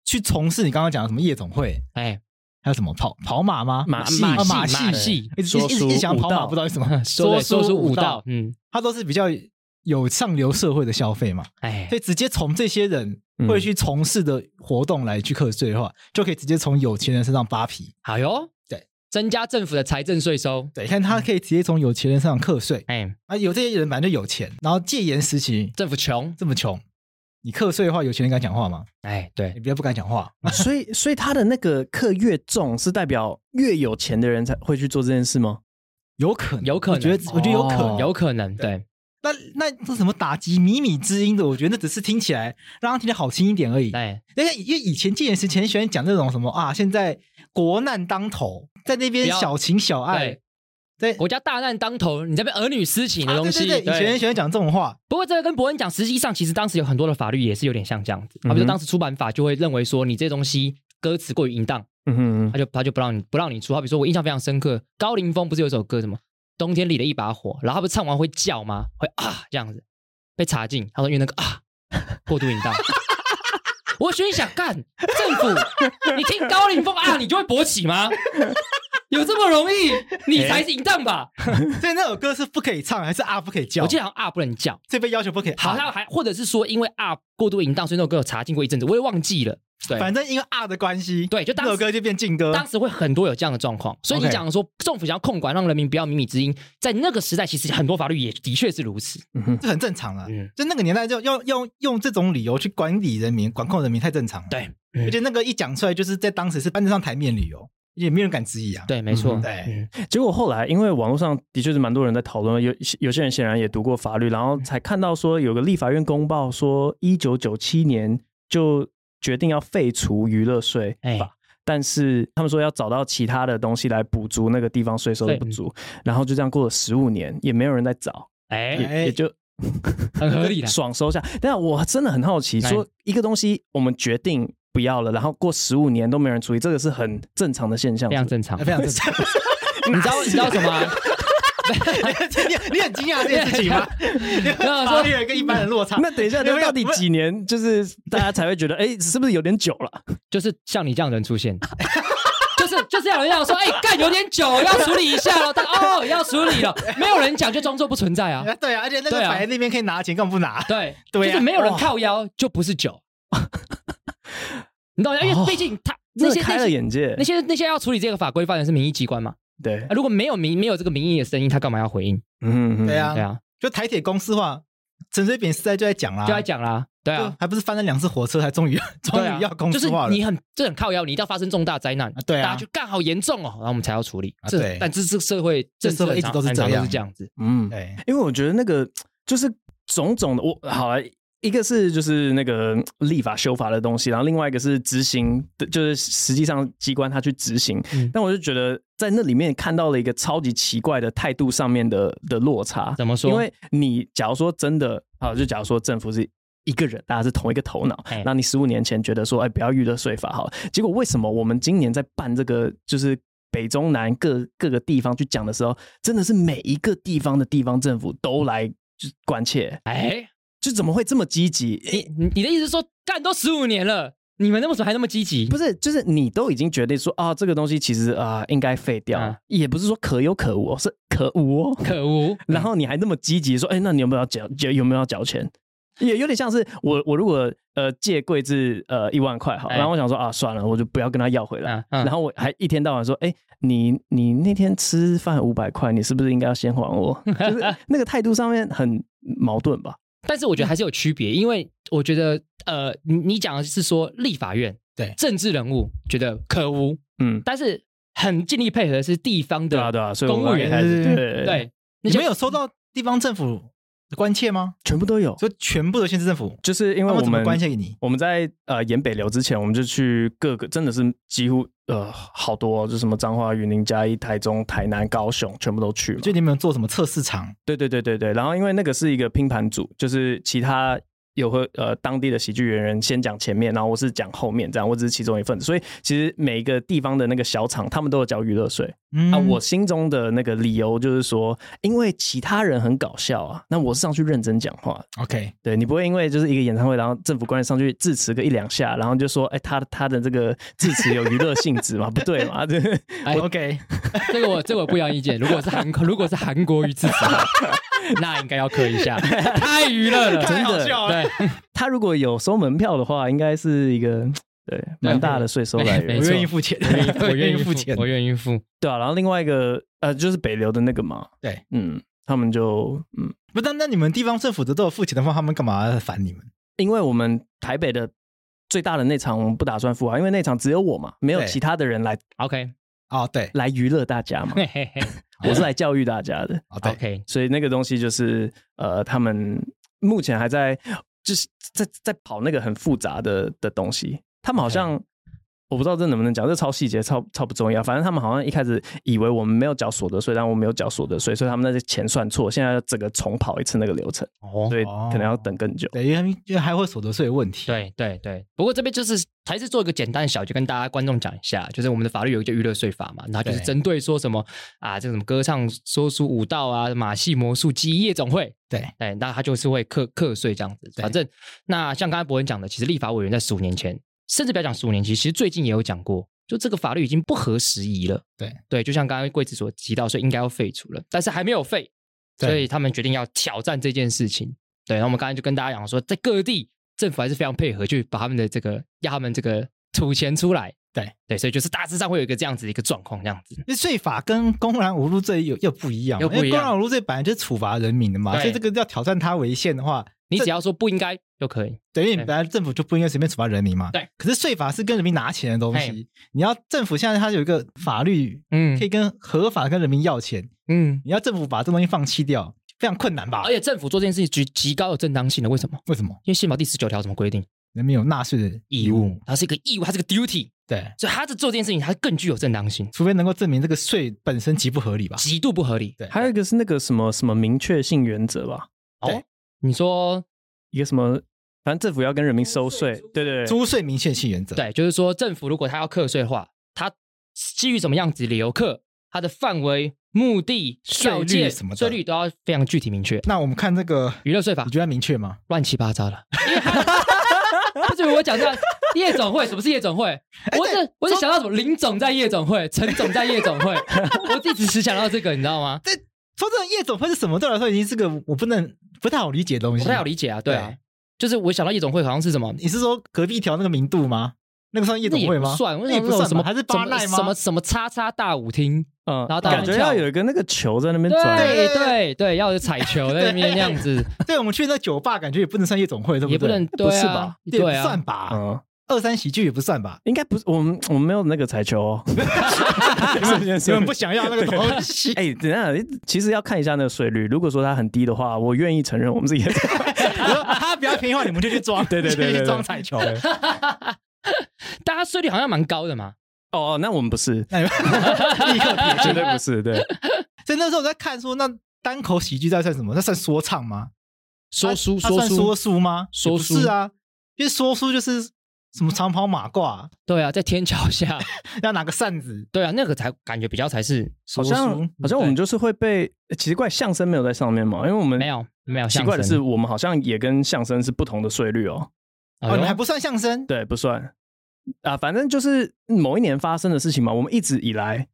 S1: 去从事你刚刚讲的什么夜总会，
S2: 哎，
S1: 还有什么跑跑马吗？
S3: 马
S1: 戏、
S3: 马
S1: 啊
S3: 戏
S1: 马戏、
S2: 马戏。
S1: 一直一直一直一直想要跑
S3: 说书舞
S1: 马，
S3: 蹈
S1: 不知道为什么
S2: 说得说出
S1: 舞
S2: 武道，，嗯，
S1: 它都是比较有上流社会的消费嘛。
S2: 哎
S1: 所，以直接从这些人
S3: 嗯
S1: 会去从事的活动来去课税的话，就可以直接从有钱人身上扒皮。
S2: 好哟，
S1: 对，
S2: 增加政府的财政税收，
S1: 对，
S2: 嗯
S1: 看他可以直接从有钱人身上课税
S2: 哎，
S1: 啊，有这些人本来就有钱，然后戒严时期
S2: 政府穷，
S1: 这么穷，你课税的话，有钱人敢讲话吗？
S2: 哎，对
S1: 你，别不敢讲话，
S3: 所以所以他的那个课越重，是代表越有钱的人才会去做这件事吗？
S1: 有可能，
S2: 有可能
S1: 我觉得我觉得有可能。
S3: 哦
S2: 有可能，对，
S1: 那那这什么打击靡靡之音的，我觉得那只是听起来让他听起来好听一点而已。
S2: 哎，
S1: 因为因为以前戒严时期很喜欢讲这种什么啊，现在国难当头，在那边
S2: 不要
S1: 小情小爱
S2: 对，
S1: 哎对
S2: 国家大难当头，你这边儿女私情的
S1: 啊
S2: 东西，
S1: 对对对，以前很喜欢讲这种话，
S2: 不过这个跟伯恩讲，实际上其实当时有很多的法律也是有点像这样子，
S3: 嗯哼
S2: 好比说当时出版法就会认为说你这东西歌词过于淫荡，
S3: 嗯哼嗯
S2: 他就他就不让你不让你出。好比说我印象非常深刻，高凌风不是有一首歌什么冬天里的一把火，然后他不是唱完会叫吗？会啊这样子被查禁，他说因为那个啊 过度淫荡。我心里想干政府，你听高凌风 啊，你就会勃起吗？有这么容易？你才是淫荡吧？
S1: 所以那首歌是不可以唱，还是啊不可以叫？
S2: 我记得好像啊不能叫，
S1: 这被要求不可以啊。
S2: 好像还或者是说因为啊过度淫荡，所以那首歌有查禁过一阵子，我也忘记了。对，
S1: 反正因为啊的关系，
S2: 对就当
S1: 那首歌就变禁歌。
S2: 当时会很多有这样的状况，所以你
S1: OK
S2: 讲说政府想要控管，让人民不要靡靡之音，在那个时代，其实很多法律也的确是如此。
S3: 嗯哼，
S1: 这很正常了，啊
S2: 嗯
S1: 就那个年代就用用用这种理由去管理人民、管控人民太正常了。
S2: 对，
S1: 而且那个一讲出来，就是在当时是搬得上台面理由。也没人敢质疑啊。
S2: 对，没错，
S3: 嗯
S1: 对
S2: 嗯
S3: 结果后来，因为网络上的确是蛮多人在讨论，有有些人显然也读过法律，然后才看到说有个立法院公报说，一九九七年就决定要废除娱乐税法，
S2: 哎
S3: 但是他们说要找到其他的东西来补足那个地方税收的不足，然后就这样过了十五年，也没有人在找，也、
S2: 哎，
S1: 哎
S3: 也就
S2: 很合理的。
S3: 爽收下。但我真的很好奇，
S2: 来
S3: 说一个东西我们决定不要了，然后过十五年都没有人处理，这个是很正常的现象，
S2: 非
S3: 是
S2: 常正常
S1: 哎，
S3: 不是
S1: 非。常正常。
S2: 你知道你知道什么 啊？
S1: 你你很惊讶这件事情吗？
S2: 啊 那
S1: 法
S2: 说
S1: 律人跟一般人落差。
S3: 那等一下，
S1: 没有
S3: 那到底几年，就是大家才会觉得，哎，是不是有点久了？
S2: 就是像你这样的人出现， 就是就是要有人要说，哎、干有点久，要处理一下了，但哦要处理了，没有人讲就装作不存在啊，
S1: 啊 对啊，而且那个
S2: 对啊
S1: 摆在那边可以拿钱，干嘛不 拿？
S2: 对，
S1: 对啊
S2: 就是没有人靠腰就不是酒， 你懂吗？因
S1: 哦
S2: 为毕竟他、 那
S3: 真
S2: 些
S3: 的开
S2: 那
S3: 了
S2: 些
S3: 眼界
S2: 那。些那些要处理这个法规范的是民意机关嘛，
S3: 对
S2: 啊，如果没有民没有这个民意的声音，他干嘛要回应？
S3: 嗯，嗯
S1: 对，
S2: 对
S1: 啊，
S2: 啊，
S1: 就台铁公司化，陈水扁时代就在讲啦，
S2: 就来讲啦，对
S1: 就
S2: 啊，
S1: 还不是翻了两次火车，才终于 终
S2: 对啊
S1: 于要公
S2: 就是
S1: 司化了。
S2: 你很这很靠腰，你一定要发生重大灾难
S1: 啊，对啊
S2: 大家就干好严重哦，然后我们才要处理。
S1: 啊
S2: 这
S1: 对
S2: 但这这社会
S1: 这
S2: 政策
S1: 社会一直
S2: 很
S1: 都是
S2: 常很常
S1: 这
S2: 都
S1: 样
S2: 是这样子，
S3: 嗯，
S1: 对
S3: 因为我觉得那个就是种种的，我好了。一个是就是那个嗯立法修法的东西，然后另外一个是执行，就是实际上机关他去执行。
S2: 嗯
S3: 但我就觉得在那里面看到了一个超级奇怪的态度上面的的落差。
S2: 怎么说
S3: 因为你假如说真的啊，就假如说政府是一个人，大家是同一个头脑
S2: 哎，
S3: 那你十五年前觉得说，哎，不要预热税法好了，结果为什么我们今年在办这个就是北中南各各个地方去讲的时候，真的是每一个地方的地方政府都来就是关切，
S2: 哎，
S3: 就怎么会这么积极？
S2: 你你你的意思是说，干都十五年了，你们那为什么还那么积极？
S3: 不是，就是你都已经决定说啊，这个东西其实啊、应该废掉，
S2: 嗯
S3: 也不是说可有可无哦，是可无哦。
S2: 可恶！
S3: 然后你还那么积极说，哎、那你有没有要缴？有有没有要缴钱？也有点像是我我如果呃借贵志呃一万块好，
S2: 哎
S3: 然后我想说啊算了，我就不要跟他要回来。
S2: 嗯嗯
S3: 然后我还一天到晚说，哎、你你那天吃饭五百块，你是不是应该要先还我？ 就是那个态度上面很矛盾吧？
S2: 但是我觉得还是有区别，因为我觉得呃，你你讲的是说立法院
S1: 对
S2: 政治人物觉得可恶，
S3: 嗯，
S2: 但是很尽力配合的是地方
S3: 对啊对
S2: 的
S3: 啊，所以我
S2: 公务
S3: 们
S2: 员
S3: 还是
S1: 对
S2: 对，
S3: 对
S2: 那
S1: 你
S2: 些
S1: 们有收到地方政府的关切吗？
S3: 全部都有，
S1: 所以全部的县市政府，
S3: 就是因
S1: 他
S3: 为我
S1: 们怎么
S3: 们
S1: 关切给你？
S3: 我们在呃演北流之前，我们就去各个，真的是几乎呃好多、哦，就什么彰化、云林、嘉义、台中、台南、高雄，全部都去了。
S1: 就你们有做什么测试
S2: 啊
S1: 场？
S3: 对对对对对，然后因为那个是一个拼盘组，就是其他有和呃当地的喜剧演员先讲前面，然后我是讲后面，这样我只是其中一份子。所以其实每一个地方的那个小厂，他们都有交娱乐税。
S1: 嗯
S3: 啊，我心中的那个理由就是说，因为其他人很搞笑啊，那我是上去认真讲话，
S1: OK，
S3: 对你不会因为就是一个演唱会，然后政府官员上去致辞个一两下，然后就说，哎，他他的这个致辞有娱乐性质嘛？不 对嘛？对，
S2: 哎
S1: OK，
S2: 这个我这个我不一样意见。如果是韩国，如果是韩国瑜自杀， 那应该要磕一下，太娱乐了，
S3: 真
S1: 太好
S3: 的
S1: 笑了。
S2: 对，
S3: 他如果有收门票的话，应该是一个对蛮大的税收来
S2: 没
S3: 源
S1: 我
S2: 错。
S1: 愿意付钱，
S2: 我愿意
S1: 付钱。
S2: 我愿意付。
S3: 对啊，然后另外一个呃，就是北流的那个嘛，
S1: 对，
S3: 嗯，他们就嗯，
S1: 不，但那你们地方政府的都有付钱的话，他们干嘛烦你们？
S3: 因为我们台北的最大的那场我们不打算付啊，因为那场只有我嘛，没有
S1: 对
S3: 其他的人来
S2: OK，
S1: 哦，对，
S3: 来娱乐大 家嘛，
S2: 嘿嘿嘿
S3: 我是来教育大家的，
S1: 哦对，
S2: ，OK，
S3: 所以那个东西就是呃，他们目前还在就是在在跑那个很复杂的的东西，他们好像。我不知道这能不能讲，这超细节，超超不重要。反正他们好像一开始以为我们没有缴所得税，但我们有缴所得税，所以他们那些钱算错，现在要整个重跑一次那个流程。
S2: 哦
S3: 所以
S1: 哦
S3: 可能要等更久。
S1: 对，因为他们因为还会有所得税的问题。，
S2: 对对对，不过这边就是还是做一个简单的小，就跟大家观众讲一下，就是我们的法律有一个叫娱乐税法嘛，然后啊就是
S1: 对
S2: 针对说什么啊，这个什么歌唱、说书、舞蹈啊、马戏、魔术、记忆夜总会，
S1: 对
S2: 哎，那它就是会课课税这样子。
S1: 对
S2: 反正那像刚才博文讲的，其实立法委员在十五年前，甚至不要讲十五年前，其实最近也有讲过，就这个法律已经不合时宜了。
S1: 对
S2: 对，就像刚刚贵子所提到，所以应该要废除了，但是还没有废，
S1: 对
S2: 所以他们决定要挑战这件事情。对，然后我们刚才就跟大家讲说，在各地政府还是非常配合，去把他们的这个要他们这个吐钱出来。
S1: 对
S2: 对，所以就是大致上会有一个这样子的一个状况，这样子。
S1: 那税法跟公然侮辱罪有又不一样嘛，
S2: 又不一样
S1: 因为公然侮辱罪本来就是处罚人民的嘛，
S2: 对
S1: 所以这个要挑战他违宪的话，
S2: 你只要说不应该就可以。
S1: 等于你
S2: 对
S1: 本来政府就不应该随便处罚人民嘛。
S2: 对。
S1: 可是税法是跟人民拿钱的东
S2: 嘿
S1: 西，你要政府现在它有一个法律，
S2: 嗯
S1: 可以跟合法跟人民要钱，
S2: 嗯，
S1: 你要政府把这东西放弃掉，非常困难吧
S2: 而？且政府做这件事情极极高的正当性的，为什么？
S1: 为什么
S2: 因为宪法第十九条怎么规定？
S1: 人民有纳税的义
S2: 义务
S1: 务？，
S2: 它是一个义务，它是个 duty，
S1: 对，
S2: 所以他这做这件事情，它更具有正当性，
S1: 除非能够证明这个税本身极不合理吧？
S2: 极度不合理。
S1: 对，
S3: 还有一个是那个什么什么明确性原则吧，
S2: 你说
S3: 一个什么，反正政府要跟人民收税，对对对，
S1: 租税明确性原则。，
S2: 对，就是说政府如果他要课税的话，他基于什么样子理由课，它的范围、目的、
S1: 税
S2: 条
S1: 率
S2: 件、
S1: 什么的
S2: 税率都要非常具体明确。
S1: 那我们看这个，
S2: 娱乐税法
S1: 你觉得它明确吗？
S2: 乱七八糟的，因为它 不是我讲这样。夜总会什么是夜总会？
S1: 哎
S2: 我只我只想到什么林总在夜总会，陈总在夜总 会，我自己只想到这个，你知道吗？
S1: 说真的，夜总会是什么？对我来说已经是个我不能不太好理解的东
S2: 我
S1: 西。
S2: 不太好理解啊，对啊
S1: 对，
S2: 就是我想到夜总会好像是什么
S1: 你是说隔壁条那个明度吗？那个算夜
S2: 那
S1: 总
S2: 也
S1: 会
S2: 不
S1: 吗？
S2: 算，我
S1: 那也
S2: 想
S1: 不
S2: 那种
S1: 算
S2: 什么
S1: 吧还是八奈吗？
S2: 什么什么叉叉大舞厅，
S3: 嗯，
S2: 然后大家
S3: 感觉
S2: 跳
S3: 要有一个那个球在那边转，
S2: 对
S1: 对
S2: 对对，要有彩球在那边那样子，
S1: 对，我们去那酒吧，感觉也不能算夜总会，对
S2: 也
S1: 不
S2: 不
S1: 对
S2: 能
S3: 不
S2: 对
S3: 是
S2: 啊
S3: 吧，
S1: 也不
S2: 对啊
S1: 算，吧？
S3: 嗯，
S1: 二三喜剧也不算吧？
S3: 应该不是我们我们没有那个彩球哦，？
S1: 你
S2: 嗯
S1: 们你们不想要那个东西
S3: 哎，等一下，其实要看一下那个税率，如果说它很低的话，我愿意承认我们自己
S1: 我说他比较便宜的话，你们就去装，
S3: 对对对对
S1: 就
S3: 对
S1: 去装彩球。
S2: 大家税率好像蛮高的嘛，
S3: 哦，那我们不是，
S1: 那你 们立刻撇
S3: 绝
S1: 清。
S3: 对不是，对，
S1: 所以那时候我在看说，那单口喜剧在算什么？那算说唱吗？
S2: 说书
S1: 它它
S2: 说
S1: 算说
S2: 书，
S1: 书吗？
S2: 说书
S1: 也不是啊，因为说书就是什么长袍马褂啊，
S2: 对啊，在天桥下，
S1: 要拿个扇子。
S2: 对啊，那个才感觉比较才是
S1: 说
S3: 好像
S1: 书
S3: 好像我们就是会被，奇怪，相声没有在上面嘛，因为我们
S2: 没。有没有
S3: 奇
S2: 相
S3: 怪的是，
S2: 声，
S3: 我们好像也跟相声是不同的税率哦。
S2: 哎
S1: 哦，
S2: 呦
S1: 你们还不算相声？
S3: 对，不算啊，反正就是某一年发生的事情嘛。我们一直以来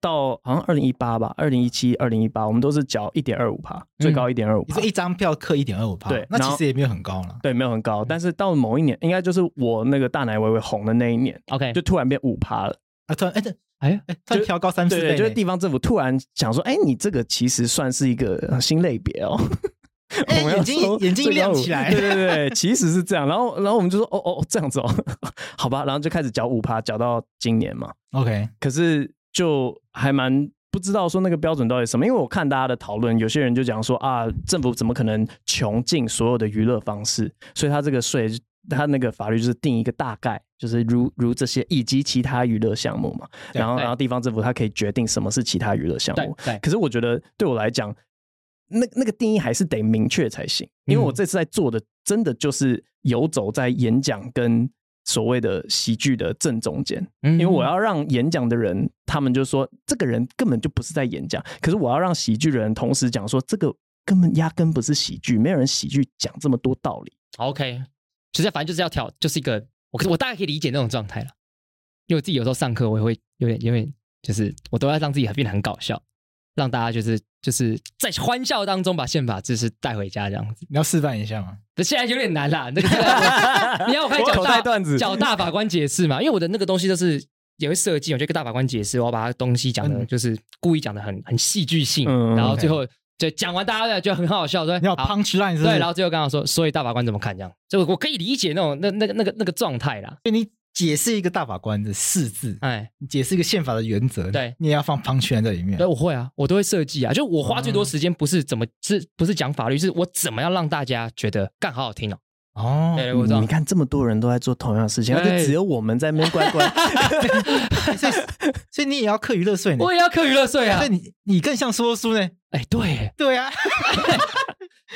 S3: 到好像二零一八吧，二零一七、二零一八，我们都是缴一点二五趴，最高一点二五
S1: 你
S3: 趴
S1: 说。一张票克一点二五趴，
S3: 对
S1: 那
S3: 然后
S1: 其实也没有很高了。
S3: 对，没有很高，但是到某一年，应该就是我那个大奶微微红的那一年，
S1: 哎
S2: OK，
S3: 就突然变五趴了。
S1: 啊，突然哎，这
S2: 哎呀，
S1: 哎，突然调高三四
S3: 对
S1: 倍呢，
S3: 对，就是地方政府突然想说，哎，你这个其实算是一个呃新类别哦。
S1: 哎
S3: 我们要
S1: 眼睛
S3: 收
S1: 眼睛
S3: 最高
S1: 亮
S3: 五
S1: 起来
S3: 对对对，其实是这样。然后然后我们就说，哦哦，哦这样子哦， 好吧，然后就开始缴五趴，缴到今年嘛。
S1: OK，
S3: 可是就还蛮不知道说那个标准到底是什么，因为我看大家的讨论，有些人就讲说啊，政府怎么可能穷尽所有的娱乐方式，所以他这个税，他那个法律就是定一个大概，就是如如这些以及其他娱乐项目嘛，
S1: 对
S3: 然后
S2: 对
S3: 然后地方政府它可以决定什么是其他娱乐项
S2: 对
S3: 目，
S2: 对，
S3: 可是我觉得对我来讲，那那个定义还是得明确才行，因为我这次在做的真的就是游走在演讲跟所谓的喜剧的正中间。
S2: 因
S3: 因为我要让演讲的人，他们就说这个人根本就不是在演讲，可是我要让喜剧的人同时讲说这个根本压根不是喜剧，没有人喜剧讲这么多道理。
S2: OK，其实反正就是要挑，就是一个我我大概可以理解那种状态了，因为我自己有时候上课我也会有点有点就是我都要让自己变得很搞笑，让大家就是就是在欢笑当中把宪法知识带回家这样子。
S1: 你要示范一下吗？
S2: 这现在有点难啦，那个现 在 你要我开始
S3: 口
S2: 讲
S3: 袋
S2: 大
S3: 段子
S2: 讲大法官解释嘛，因为我的那个东西就是。也会设计，我就跟大法官解释，我要把他东西讲的，
S1: 嗯
S2: 就是故意讲的很很戏剧性，
S3: 嗯
S2: 然后
S1: OK
S2: 最后就讲完，大家就很好笑，说
S1: 你要
S2: 好
S1: punch line 是不是？
S2: 对，然后最后刚刚说，所以大法官怎么看这样？所以我我可以理解那种那那个那个那个状态啦。
S1: 解释一个大法官的四字，
S2: 哎，
S1: 你解释一个宪法的原则，
S2: 对
S1: 你也要放 punch line 在里面
S2: 对，。我会啊，我都会设计啊。就我花最
S1: 嗯
S2: 多时间不是怎么是不是讲法律，是我怎么样让大家觉得干好好听哦。
S1: 哦，
S2: 对，我知道哎
S3: 你。看这么多人都在做同样的事情，而且
S2: 对
S3: 只有我们在那边 乖乖。
S1: 所以所以你也要课娱乐税呢
S2: 我。也要课娱乐税啊
S1: 所以！你你更像说书呢？
S2: 哎，对耶
S1: 对啊，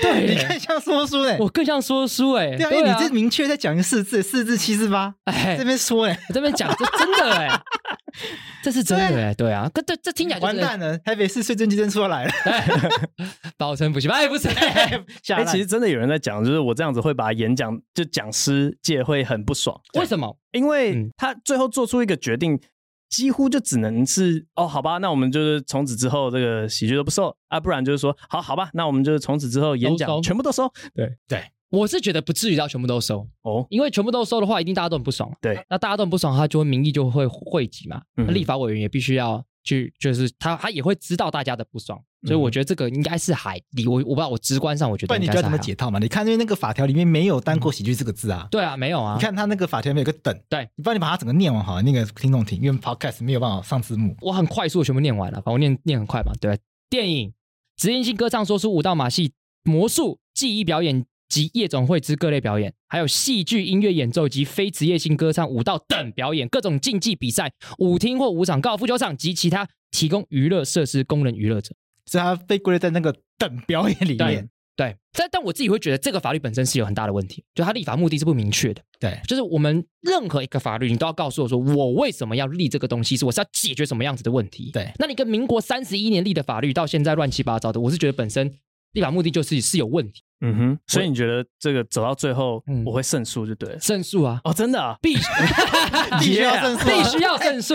S2: 对
S1: 你
S2: 耶，
S1: 更像说书呢。
S2: 我更像说书哎，
S1: 对啊，因为你这
S2: 这
S1: 明确在讲一个四字，四字七字八，
S2: 哎
S1: 这边说呢，
S2: 我这边讲 这真的哎，这是真的哎，对啊，可这这听起来就
S1: 完
S2: 是
S1: 蛋了，台北市税政局真出来了。
S2: 哎，保存补习班 哎不是，
S1: 下 来
S3: 哎、其实真的有人在讲，就是我这样子会把演讲就讲师界会很不爽，
S2: 为什么？
S3: 因为
S2: 嗯
S3: 他最后做出一个决定，几乎就只能是哦，好吧，那我们就是从此之后这个喜剧都不收啊，不然就是说好好吧，那我们就是从此之后演
S2: 都
S3: 讲
S2: 收
S3: 全部都收。
S2: 我是觉得不至于到全部都收，
S3: 哦，
S2: 因为全部都收的话，一定大家都很不爽。
S3: 对，
S2: 那大家都很不爽，他就会民意就会汇集嘛。
S3: 嗯
S2: 那立法委员也必须要去，就是他他也会知道大家的不爽，所以我觉得这个应该是还离我我不知道，我直观上我觉
S1: 嗯不
S2: 得
S1: 然
S2: 应
S1: 你
S2: 该
S1: 不
S2: 是还
S1: 要怎
S2: 好
S1: 么解套嘛？你看，因为那个法条里面没有单口喜剧这个字啊。
S2: 对啊，没有啊，
S1: 你看他那个法条里面有个等，
S2: 对，
S1: 你不然你把它整个念完好了，那个听众听，因为 podcast 没有办法上字幕。
S2: 我很快速地全部念完了，反正我念念很快嘛，对吧。电影、职业性歌唱、说书、舞蹈、马戏、魔术、技艺表演及夜总会之各类表演，还有戏剧、音乐演奏及非职业性歌唱、舞蹈等表演，各种竞技比赛、舞厅或舞场、高尔夫球场及其他提供娱乐设施供人娱乐者。
S1: 所以它被归类在那个等表演里 面。
S2: 对，但但我自己会觉得这个法律本身是有很大的问题，就它立法目的是不明确的。
S1: 对，
S2: 就是我们任何一个法律，你都要告诉我说，我为什么要立这个东西，是我是要解决什么样子的问题。
S1: 对
S2: 那你跟民国三十一年立的法律到现在乱七八糟的，我是觉得本身立法目的就是是有问题，
S3: 嗯哼，所以你觉得这个走到最后
S2: 嗯
S3: 我会胜诉就对了？
S2: 胜诉啊，
S3: 哦，真的啊，
S2: 必须
S1: 必须要胜诉啊
S2: 必须要胜诉，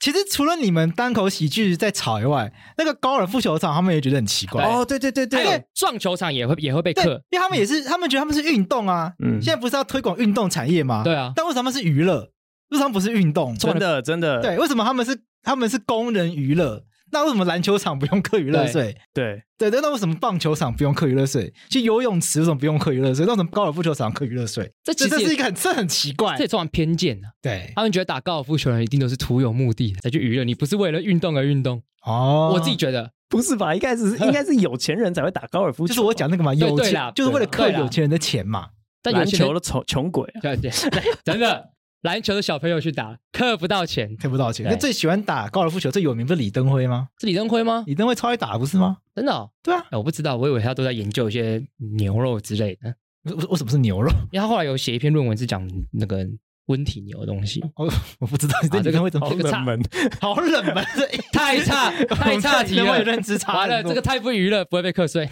S1: 其实除了你们单口喜剧在吵以外，那个高尔夫球场他们也觉得很奇怪。
S2: 对
S3: 哦，对对对
S2: 还有
S3: 对，
S2: 撞球场也会也会被
S1: 对，
S2: 克，
S1: 因为他们也
S2: 嗯
S1: 是，他们觉得他们是运动啊。
S3: 嗯
S1: 现在不是要推广运动产业吗？
S2: 对啊
S1: 但为什么他们是娱乐？为什么他们不是运动？
S3: 真的真的，
S1: 对，为什么他们是他们是工人娱乐？那为什么篮球场不用课娱乐税？
S3: 对，
S1: 对，那那为什么棒球场不用课娱乐税？去游泳池为什么不用课娱乐税？那为什么高尔夫球场课娱乐税？
S2: 这
S1: 这
S2: 其
S1: 这
S2: 实
S1: 是
S2: 也
S1: 一个很这很奇怪
S2: 这。也充满偏见啊。
S1: 对，
S2: 他们觉得打高尔夫球的人一定都是徒有目的才去娱乐，你不是为了运动而运动。
S1: 哦
S2: 啊我自己觉得，
S3: 不是吧？应该 是应该是有钱人才会打高尔夫球，
S1: 就是我讲那个嘛，有
S2: 对
S1: 钱
S2: 啦
S1: 就是为了
S2: 对
S1: 扣
S2: 啦
S1: 有钱人的钱嘛。
S2: 但有
S3: 篮
S2: 人觉得
S3: 球的穷穷鬼啊，
S2: 对对对，真的，篮球的小朋友去打，克不到钱，
S1: 赔不到钱。
S2: 对
S1: 那最喜欢打高尔夫球最有名不是李登辉吗？
S2: 是李登辉吗？
S1: 李登辉超爱打不是吗？
S2: 真的、哦
S1: 对啊，
S2: 哎我不知道，我以为他都在研究一些牛肉之类的，
S1: 为为为什么是牛肉？
S2: 因为他后来有写一篇论文是讲那个温体牛的东西，
S1: 我我不知道你对
S2: 啊这
S1: 李
S2: 个
S1: 登辉怎么
S2: 这 个差
S3: 冷门，
S1: 好冷门，
S2: 太差太差题
S1: 我们对李登辉
S2: 了
S1: 的，认知差
S2: 完了
S1: 很多
S2: 这个太不娱乐，不会被课税。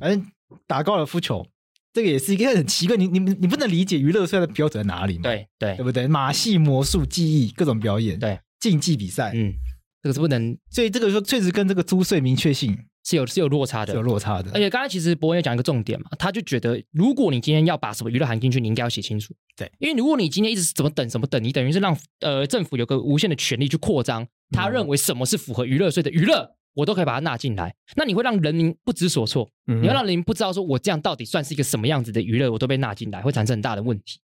S1: 反正打高尔夫球这个也是一个很奇怪，你你你不能理解娱乐税的标准在哪里嘛？
S2: 对对
S1: 对不对？马戏、魔术、技艺各种表演，
S2: 对
S1: 竞技比赛，
S2: 嗯，这个是不能
S1: 所以这个说确实跟这个租税明确性
S2: 是有是有落差
S1: 是
S2: 的
S1: 有。落差
S2: 而
S1: 的。
S2: 且刚才其实博文也讲一个重点嘛，他就觉得如果你今天要把什么娱乐含进去，你应该要写清楚。
S1: 对，
S2: 因为如果你今天一直怎么等怎么等，你等于是让呃政府有个无限的权利去扩张，他
S1: 嗯
S2: 认为什么是符合娱乐税的娱乐，我都可以把它纳进来，那你会让人民不知所措。
S3: 你
S1: 嗯
S2: 你要让人不知道说我这样到底算是一个什么样子的娱乐，我都被纳进来，会产生很大的问题。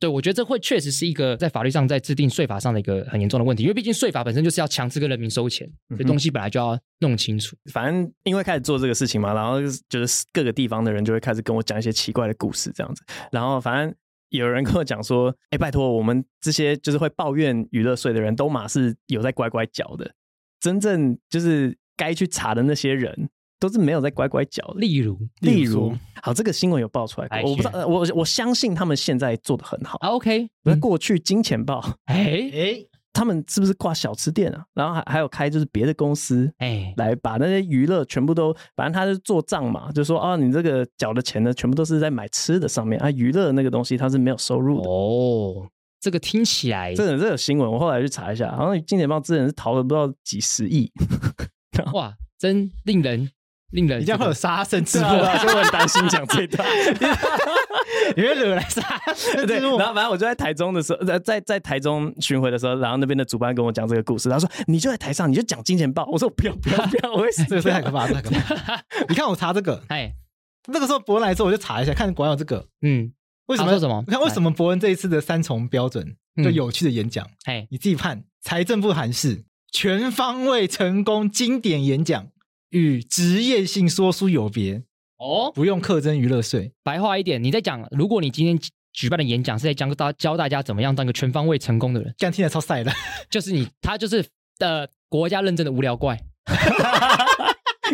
S2: 对，我觉得这会确实是一个在法律上、在制定税法上的一个很严重的问题，因为毕竟税法本身就是要强制跟人民收钱，
S1: 嗯
S2: 所以东西本来就要弄清楚。
S3: 反正因为开始做这个事情嘛，然后就是就是各个地方的人就会开始跟我讲一些奇怪的故事这样子，然后反正。有人跟我讲说：“哎、拜托，我们这些就是会抱怨娱乐税的人，都嘛是有在乖乖缴的。真正就是该去查的那些人，都是没有在乖乖缴的。
S2: 例如
S3: 例
S1: 例如
S3: 如，好，这个新闻有爆出来过
S2: 哎，
S3: 我不知道，
S2: 是
S3: 呃我我相信他们现在做的很好。
S2: 啊，OK，
S3: 那
S2: 嗯
S3: 过去金钱豹
S2: 哎
S1: 哎，
S3: 他们是不是挂小吃店啊？然后还还有开就是别的公司
S2: 哎，
S3: 来把那些娱乐全部都，反正他是做账嘛，就说啊，你这个缴的钱呢，全部都是在买吃的上面啊，娱乐那个东西它是没有收入的。
S2: 哦，这个听起来
S3: 这个这个新闻我后来去查一下，好像金钱豹之前是逃了不知道几十亿，
S2: 哇，真令人令人
S1: 你这样会有
S2: 这个
S1: 杀身之
S3: 对啊，对
S1: 祸，
S3: 啊所以我很担心讲这一段。
S1: 你会惹来杀身
S3: 对，
S1: 之
S3: 然后
S1: 祸。
S3: 反正我就在台中的时候，在在在台中巡回的时候，然后那边的主办跟我讲这个故事，他说嗯你就在台上，你就讲金钱豹。我说我不要不要不要，我会死
S1: 这个是太可怕，太可怕！你看我查这个，
S2: 哎，
S1: 那个时候伯恩来之后，我就查一下，看管有这个
S2: 嗯，
S1: 为什
S2: 他
S1: 么
S2: 说什么
S1: 你看为什么伯恩这一次的三重标准
S2: 嗯
S1: 就有趣的演讲，
S2: 哎，
S1: 你自己判。财政部函示全方位成功经典演讲与职业性说书有别，
S2: 哦，
S1: 不用课征娱乐税。
S2: 白话一点，你在讲，如果你今天举举办的演讲是在讲大教大家怎么样当一个全方位成功的人，
S1: 这样听起来超晒的，
S2: 就是你，他就是呃国家认证的无聊怪，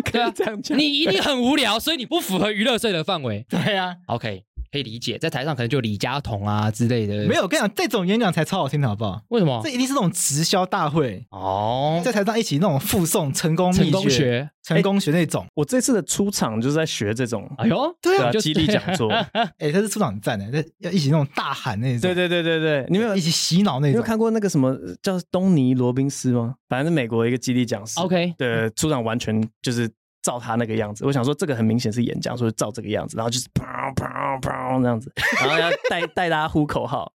S3: 可以这样讲。
S2: 你一定很无聊，所以你不符合娱乐税的范围。
S1: 对啊，
S2: OK，可以理解，在台上可能就李佳彤啊之类的，
S1: 没有，我跟你讲，这种演讲才超好听的，好不好？
S2: 为什么
S1: 这？一定是那种直销大会，
S2: 哦，
S1: 在台上一起那种附送成功
S2: 成
S1: 秘
S2: 功
S1: 诀、
S2: 学，
S1: 成功学那种。
S3: 我这次的出场就是在学这种，
S2: 哎呦，
S1: 对
S3: 对
S1: 啊
S3: 啊，
S2: 就，
S3: 激励讲座。
S1: 哎，他是出场站的，这要一起那种大喊那种，
S3: 对对对对对， 你没有
S1: 一
S3: 你
S1: 起洗脑那
S3: 有
S1: 种。
S3: 看过那个什么叫东尼罗宾斯吗？反正是美国一个激励讲师。
S2: OK，
S3: 对，出场完全就是照他那个样子。我想说，这个很明显是演讲，所以照这个样子，然后 就是砰砰砰这样子，然后要带带大家呼口号。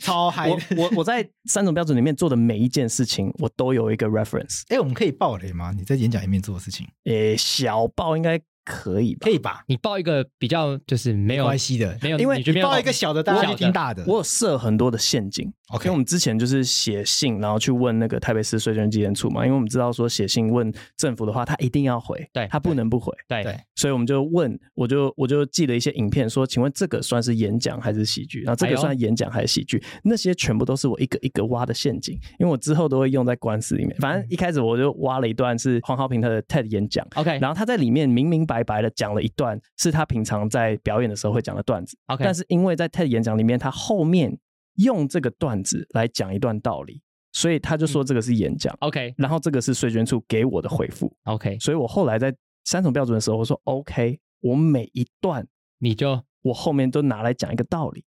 S1: 超嗨的。
S3: 我我我在三种标准里面做的每一件事情，我都有一个 reference。
S1: 哎，我们可以爆雷吗？你在演讲里面做的事情
S3: 诶，小报应该可以吧？
S1: 可以吧？
S2: 你报一个比较就是没
S1: 没
S2: 有
S1: 关系的，
S2: 没有，
S3: 因为
S2: 你这边
S1: 报一个小的，大家
S2: 小
S1: 去听大的。
S3: 我有设很多的陷阱。因
S1: OK，
S3: 为我们之前就是写信，然后去问那个台北市税捐稽征处嘛，因为我们知道说写信问政府的话，他一定要回，
S2: 对
S3: 他不能不回，
S2: 对
S1: 对
S3: 所以我们就问，我就我就寄了一些影片说，请问这个算是演讲还是喜剧？然后这
S2: 哎
S3: 个
S2: 呦
S3: 算演讲还是喜剧？那些全部都是我一个一个挖的陷阱，因为我之后都会用在官司里面。
S2: 嗯
S3: 反正一开始我就挖了一段是黄浩平他的 TED 演讲，
S2: ，OK，
S3: 然后他在里面明明白白的讲了一段是他平常在表演的时候会讲的段子，
S2: OK，
S3: 但是因为在 TED 演讲里面，他后面用这个段子来讲一段道理，所以他
S2: 嗯
S3: 就说这个是演讲，
S2: OK
S3: 然后这个是税捐处给我的回复，
S2: OK，
S3: 所以我后来在三重标准的时候，我说 OK，我每一段
S2: 你就
S3: 我后面都拿来讲一个道理，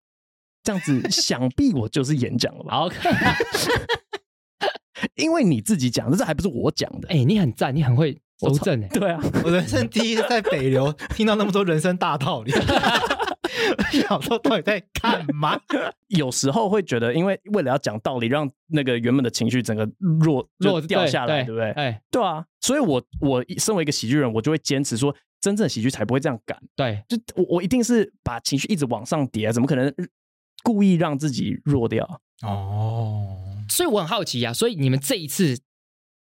S3: 这样 子想必我就是演讲了吧？
S2: OK，
S3: 因为你自己讲的，这还不是我讲的。
S2: 哎，你很赞，你很会纠正哎，
S3: 对啊，
S1: 我人生第一次在北流 听到那么多人生 大道理，我想说到底在干嘛？
S3: 有时候会觉得，因为为了要讲道理，让那个原本的情绪整个弱
S2: 弱
S3: 弱掉下来，对不对？
S2: 哎，
S3: 对啊，所以我我身为一个喜剧人，我就会坚持说，真正的喜剧才不会这样赶，
S2: 对，
S3: 就我我一定是把情绪一直往上叠，怎么可能故意让自己弱掉？
S1: 哦，
S2: 所以我很好奇啊，所以你们这一次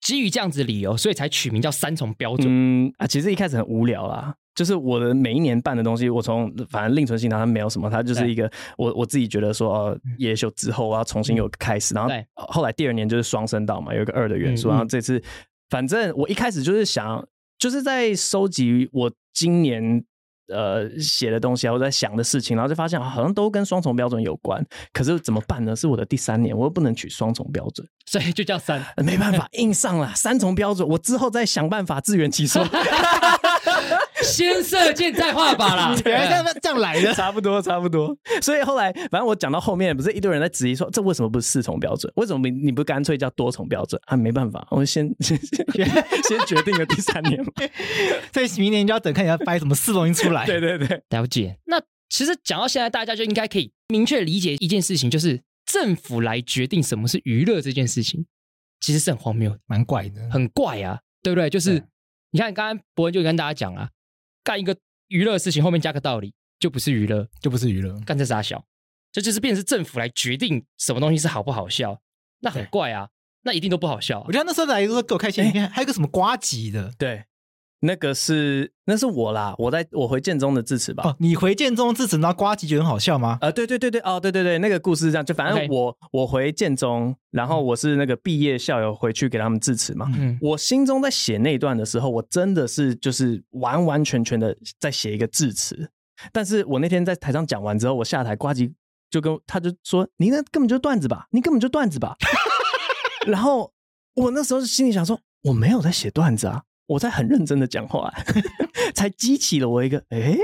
S2: 基于这样子的理由，所以才取名叫三重标准。
S3: 嗯啊，其实一开始很无聊啦。就是我的每一年办的东西，我从反正另存信堂它没有什么，它就是一个我我自己觉得说，呃，夜秀之后我要重新有个开始，然后
S2: 嗯对
S3: 呃后来第二年就是双声道嘛，有一个二的元
S2: 嗯
S3: 素，
S2: 嗯
S3: 然后这次反正我一开始就是想，就是在收集我今年呃写的东西啊，我在想的事情，然后就发现啊好像都跟双重标准有关，可是怎么办呢？是我的第三年，我又不能取双重标准，
S2: 所以就叫三。
S3: 没 办法，硬上了三重标准，我之后再想办法自圆其说。
S2: 先射箭再画靶 啦
S1: 。原来
S3: 啊
S1: 这样这样来的。
S3: 差不多，差不多。所以后来，反正我讲到后面，不是一堆人在质疑说，这为什么不是四重标准？为什么你你不干脆叫多重标准啊？没办法，我先先先 先决定了第三年嘛。
S1: 所以明年就要等看你要掰什么四容易出来。
S3: 对对对，
S2: 了解。那其实讲到现在，大家就应该可以明确理解一件事情，就是政府来决定什么是娱乐这件事情，其实是很荒谬的、
S1: 蛮怪的。
S2: 很怪啊，对不对？就是
S1: 对
S2: 你看，刚刚伯恩就跟大家讲啊，干一个娱乐的事情，后面加个道理，就不是娱乐，
S1: 就不是娱乐，
S2: 干这傻小，这就是变成是政府来决定什么东西是好不好笑，那很
S1: 对
S2: 怪啊，那一定都不好笑、啊
S1: 我。觉得那时候来都是给我开心。你看，还有一个什么瓜吉的
S3: 对，那个是那是我啦，我在我回建中的致辞
S2: 啊
S3: 吧。
S1: 哦，你回建中之子，然后瓜吉觉得很好笑吗？
S3: 啊，对对对对，哦，对对对，那个故事是这样，就反正
S2: OK
S3: 我我回建中，然后我是那个毕业校友回去给他们致辞嘛，
S2: 嗯，
S3: 我心中在写那一段的时候，我真的是就是完完全全的在写一个致辞。但是我那天在台上讲完之后，我下台，呱唧就跟他就说：“你那根本就段子吧，你根本就段子吧。”然后我那时候心里想说：“我没有在写段子啊，我在很认真的讲话、 才激起了我一个诶。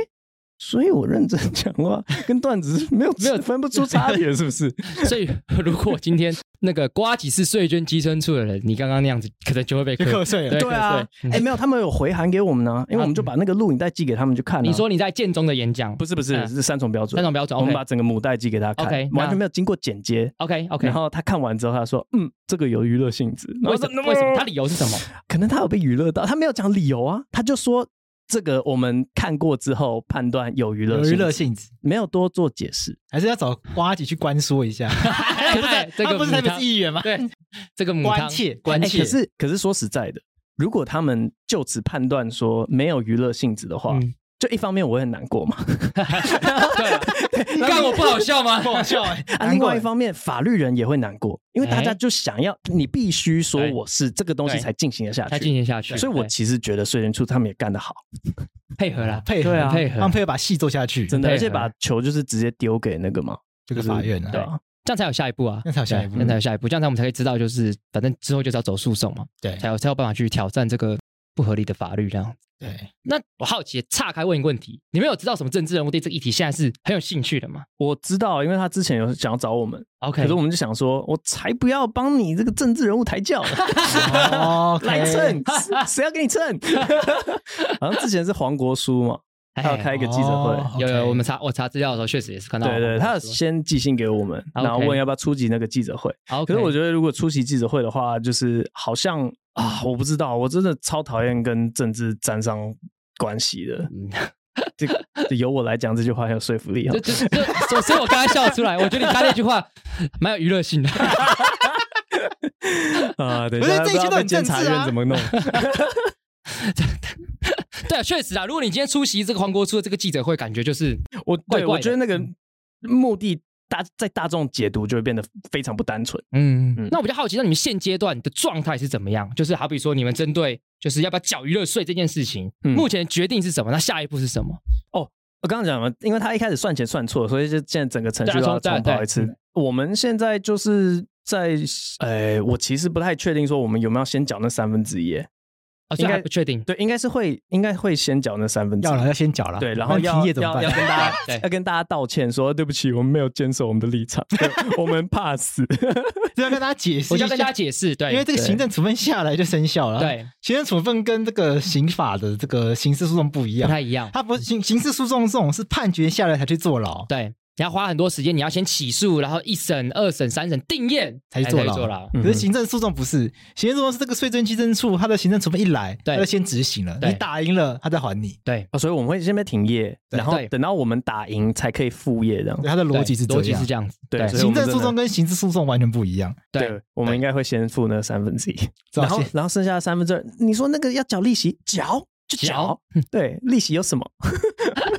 S3: 所以我认真讲话，跟段子是没有没有分不出差别，是不是？
S2: 所 以如果今天那个瓜几是税捐基牲处的人，你刚刚那样子，可能就会被
S1: 就
S2: 扣
S1: 瞌睡了。
S2: 对嗯
S3: 对啊，
S2: 对
S3: 哎、没有，他们有回函给我们呢、因为我们就把那个录影带寄给他们去看、啊。
S2: 你说你在建中的演讲
S3: 不是不是，
S2: 嗯
S3: 是三重标准。
S2: 三种标准
S3: 我们
S2: ，OK
S3: 把整个母带寄给他看
S2: OK，
S3: 完
S2: 那
S3: 全没有经过剪接。
S2: OK OK，
S3: 然后他看完之后，他说：“嗯，这个有娱乐性质。”然
S2: 为
S3: 后我
S2: 什
S3: 说
S2: 么为什么他理由是 什么？
S3: 可能他有被娱乐到，他没有讲理由啊，他就说这个我们看过之后判断有娱乐
S1: 有
S3: 性质
S1: 娱乐，性质，
S3: 没有多做解释。
S1: 还是要找瓜吉去关说 一下。
S2: 可是这
S1: 他
S2: 个
S1: 不是
S2: 母
S1: 台北
S2: 汤
S1: 市议员吗？
S2: 对这个母汤
S1: 关切
S2: 关
S3: 哎
S2: 切
S3: 可是可是说实在的，如果他们就此判断说没有娱乐性质的话，
S2: 嗯
S3: 就一方面我会很难过嘛，
S2: 对啊，干我不好笑吗？
S1: 不好 笑哎。
S3: 啊，
S1: 难
S3: 另
S1: 怪
S3: 外一方面，法律人也会难过，因为大家
S2: 欸哎
S3: 就想要你必须说
S2: 对
S3: 我是这个东西
S2: 对
S3: 才进行得下
S2: 才进
S3: 去。
S2: 行下去，
S3: 所以，我
S2: 对
S3: 其实觉得税联处他们也干得好，
S2: 配合啦，
S1: 配合
S3: 对啊
S2: 配合
S1: 他们配合把戏做下去，
S3: 真的，
S2: 配合
S3: 而且把球就是直接丢给那个嘛，
S1: 这个法院
S3: 对
S1: 啊，
S3: 啊，
S2: 这样才有下一步啊，
S1: 那才有下一步
S2: 对这样才有下一步，这样才我们才可以知道，就是反正之后就是要走诉讼嘛，
S1: 对
S2: 才有才有办法去挑战这个不合理的法律这样。
S1: 对，
S2: 那我好奇，岔开问一个问题，你们有知道什么政治人物对这个议题现在是很有兴趣的吗
S3: 我知道，因为他之前有想要找我们，
S2: ？OK，
S3: 可是我们就想说，我才不要帮你这个政治人物抬 轿，
S1: 哦，
S3: 来蹭，谁谁要给你蹭？好像之前是黄国书嘛，他要开一个记者会。
S1: 哦
S2: 有有，
S1: OK
S2: 我们查我查资料的时候，确实也是看到。
S3: 对对，他有先寄信给我们，
S2: OK
S3: 然后问要不要出席那个记者会。
S2: 好，
S3: 可是
S2: 得
S3: 我觉得，如果出席记者会的话，就是好像啊，我不知道，我真的超讨厌跟政治沾上关系的。这个这由我来讲这句话很有说服力啊
S2: 就。就就，所以所以我刚才笑出来，我觉得你刚才那句话蛮有娱乐性的。
S3: 啊，对，
S1: 不是
S3: 现在
S1: 这一切
S3: 知道
S1: 都很政
S3: 监察
S1: 治啊
S3: 院怎么弄？
S2: 对，确实啊，如果你今天出席这个黄国书的这个记者会，感觉就是
S3: 我
S2: 怪
S3: 对
S2: 怪
S3: 我
S2: 的
S3: 觉得那个目的大在大众解读就会变得非常不单纯。
S2: 嗯
S3: 嗯，
S2: 那我比较好奇，那你们现阶段的状态是怎么样？就是好比说，你们针对就是要不要缴娱乐税这件事情，
S3: 嗯
S2: 目前决定是什么？那下一步是什么？
S3: 我刚刚讲了嘛，因为他一开始算钱算错，所以就现在整个程序
S2: 对啊
S3: 都要
S2: 重
S3: 重跑一
S2: 对
S3: 次。我们现在就是在，呃，我其实不太确定说我们有没有先缴那三分之一。
S2: 啊，所以
S3: 应该
S2: 还不确定。
S3: 对，应该是会，应该会先缴那三分之一
S1: 要。了要先缴了，
S3: 对，然后
S1: 不
S3: 要
S1: 停业怎么办
S3: 要要？跟大
S2: 对
S3: 家要跟大家道歉说，对不起，我们没有坚守我们的立场，对我们怕 死。
S1: 这要跟大家解释，
S2: 我就要跟大家，解释，对，
S1: 因为这个
S3: 对
S1: 行政处啊分下来就生效了，，
S2: 对
S1: 行政处分跟这个刑法的这个刑事诉讼不一
S2: 不
S1: 样，
S2: 太一样，
S1: 它不是刑刑事诉讼这种是判决下来才去坐牢，
S2: 对，你要花很多时间，你要先起诉，然后一审、二审、三审定验
S1: 才去
S2: 做
S1: 坐
S2: 了。
S1: 牢
S2: 才去牢
S3: 嗯
S1: 可是行政诉讼不是，行政诉讼是这个税政稽征处，他的行政处分一来，
S2: 对
S1: 他就先执行了，
S2: 对
S1: 你打赢了，他再还你。
S2: 对，
S3: 哦所以我们会先被停业，
S1: 对
S3: 然后
S2: 对
S3: 等到我们打赢才可以复业这样
S1: 对，。他的逻辑是
S2: 对
S1: 这
S2: 逻辑是
S1: 样。
S2: 这样子，
S3: 对所以
S1: 行
S3: 我们
S1: 政
S3: 真的
S1: 诉讼跟刑事诉讼完全不一样，
S2: 对，，
S3: 我们应该会先付那三分之一，
S1: 知道
S3: 然 后
S1: 先
S3: 然后剩下的三分之二，你说那个要缴利息，缴就
S2: 缴
S3: 缴，对，利息有什么？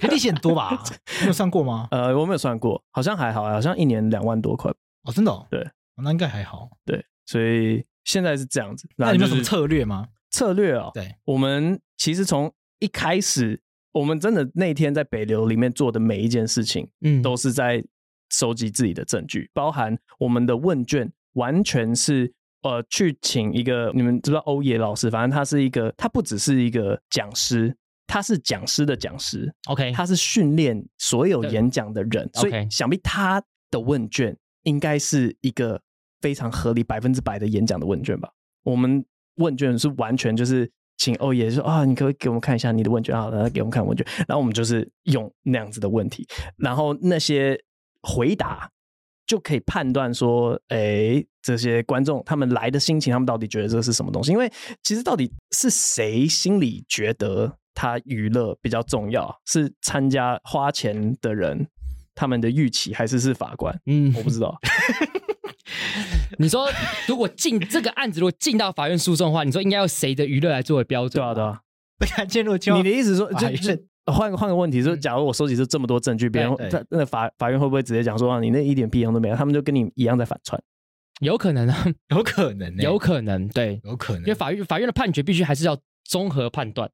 S1: 利息哎很多 吧？你有算过吗？
S3: 呃，我没有算过，好像还好，好像一年两万多块，
S1: 哦，真的、哦，
S3: 对
S1: 哦，那应该还好。
S3: 对，所以现在是这样子。
S2: 啊
S1: 那
S3: 然后
S1: 你们有
S3: 就
S1: 什么
S3: 是
S1: 策略吗？
S3: 策略哦？
S1: 对，
S3: 我们其实从一开始，我们真的那天在北流里面做的每一件事情，
S2: 嗯，
S3: 都是在收集自己的证据，包含我们的问卷，完全是呃去请一个你们知不知道欧野老师，反正他是一个，他不只是一个讲师，他是讲师的讲师，
S2: OK，
S3: 他是训练所有演讲的人，
S2: 对
S3: 所
S2: OK
S3: 以想必他的问卷应该是一个非常合理百分之百的演讲的问卷吧？我们问卷是完全就是请欧爷说啊，你可不可以给我们看一下你的问卷啊？然后给我们看问卷，然后我们就是用那样子的问题，然后那些回答就可以判断说，哎，这些观众他们来的心情，他们到底觉得这是什么东西？因为其实到底是谁心里觉得他娱乐比较重要？是参加花钱的人他们的预期，还是是法官？
S2: 嗯
S3: 我，不知道，
S2: 你说如果进这个案子，如果进到法院诉讼的话，你说应该用谁的娱乐来作为标准？
S3: 对啊，对啊。
S1: 对啊，进入就
S3: 你的意思说，
S2: 啊
S1: 法
S3: 就
S1: 院
S3: 就换个换个问题，说
S2: 嗯
S3: 假如我收集这这么多证据，别人
S1: 对
S3: 他那法法院会不会直接讲说啊你那一点屁用都没有？他们就跟你一样在反串。
S2: 有可能啊，
S1: 有可能呢、
S2: 有可能，对，
S1: 有可
S2: 因为
S1: 能，
S2: 法院法院的判决必须还是要综合判断，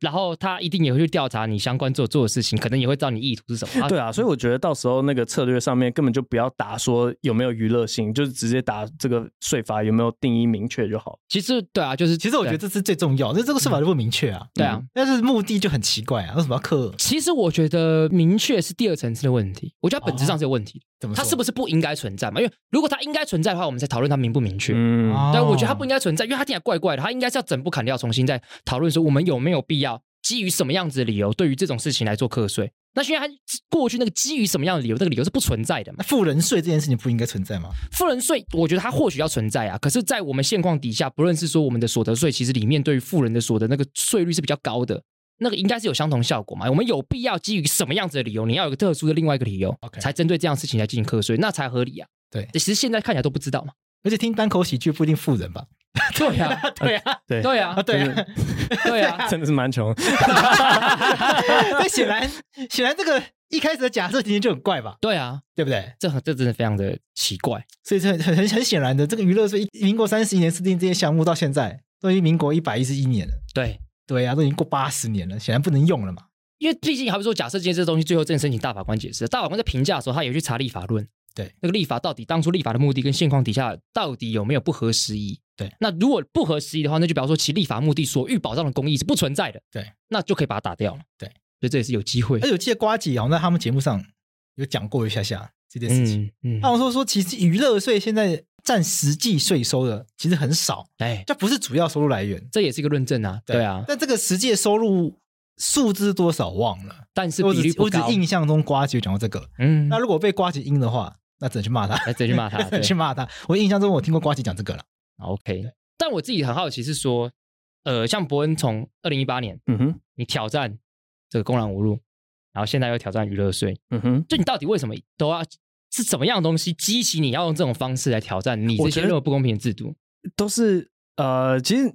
S2: 然后他一定也会去调查你相关做做的事情，可能也会知道你意图是什么。啊
S3: 对啊，所以我觉得到时候那个策略上面根本就不要打说有没有娱乐性，就是直接打这个税法有没有定义明确就好。
S2: 其实对啊，就是
S1: 其实我觉得这是最重要，这这个说法就不明确啊。
S2: 对啊
S1: 嗯，但是目的就很奇怪啊，为什么要克
S2: 对？其实我觉得明确是第二层次的问题，我觉得它本质上是有问题的，
S1: 哦怎么
S2: 它
S1: 说
S2: 是不是不应该存在嘛？因为如果它应该存在的话，我们才讨论它明不明确。啊
S3: 嗯，
S1: 哦
S2: 但我觉得它不应该存在，因为它听起来怪怪的，它应该是要整部砍掉，重新再讨论说我们有没有必要基于什么样子的理由对于这种事情来做课税。那是因为它过去那个基于什么样的理由，那个理由是不存在的嘛
S1: 哦那？富人税这件事情不应该存在吗？
S2: 富人税，我觉得它或许要存在啊，可是，在我们现况底下，不论是说我们的所得税，其实里面对于富人的所得那个税率是比较高的，那个应该是有相同效果嘛。我们有必要基于什么样子的理由，你要有个特殊的另外一个理由
S1: OK
S2: 才针对这样的事情来进行课税，那才合理啊。
S1: 对
S2: 其实现在看起来都不知道嘛。
S1: 而且听单口喜剧不一定富人吧？
S2: 对呀、啊，
S1: 对啊，
S3: 对
S2: 对呀、
S1: 啊
S2: 啊，
S1: 对
S3: 就
S1: 啊，
S2: 对 呀、
S3: 真的是蛮 穷。
S1: 那显然显然这个一开始的假设今天就很怪吧，
S2: 对啊，
S1: 对不对？
S2: 这很这真的非常的奇怪。
S1: 所以这很很很很显然的，这个娱乐税民国三十一年制定这些项目到现在都已经民国一百一十一年了，
S2: 对，
S1: 对啊，都已经过八十年了，显然不能用了嘛。
S2: 因为毕竟，好比说，假设今天这东西最后真的申请大法官解释，大法官在评价的时候，他也去查立法论，
S1: 对
S2: 那个立法到底当初立法的目的跟现况底下到底有没有不合时宜？
S1: 对，
S2: 那如果不合时宜的话，那就比方说其立法目的所欲保障的公益是不存在的，
S1: 对，
S2: 那就可以把它打掉了，
S1: 对，
S2: 所以这也是有机会
S1: 而，且我记得瓜姐好像在他们节目上有讲过一下下这件事情。
S2: 嗯嗯
S1: 他，们说说，其实娱乐税现在占实际税收的其实很少，
S2: 哎，
S1: 这不是主要收入来源。
S2: 这也是一个论证啊，对啊，
S1: 但这个实际的收入数字多少忘了，
S2: 但是
S1: 我
S2: 比率
S1: 只
S2: 不
S1: 我只
S2: 高。
S1: 印象中瓜姐有讲过这个。
S2: 嗯，
S1: 那如果被瓜姐阴的话，那 只能去骂他，
S2: 那直接去骂他。对
S1: 去骂他。我印象中我听过瓜姐讲这个了，
S2: OK，但我自己很好奇是说，呃，像伯恩从二零一八年
S3: 嗯哼，
S2: 你挑战这个公然侮辱，然后现在又挑战娱乐税，
S3: 嗯哼，
S2: 就你到底为什么都要是怎么样的东西激起你要用这种方式来挑战你
S3: 我
S2: 这
S3: 觉
S2: 些
S3: 得
S2: 那么不公平的制度？
S3: 都是呃，其实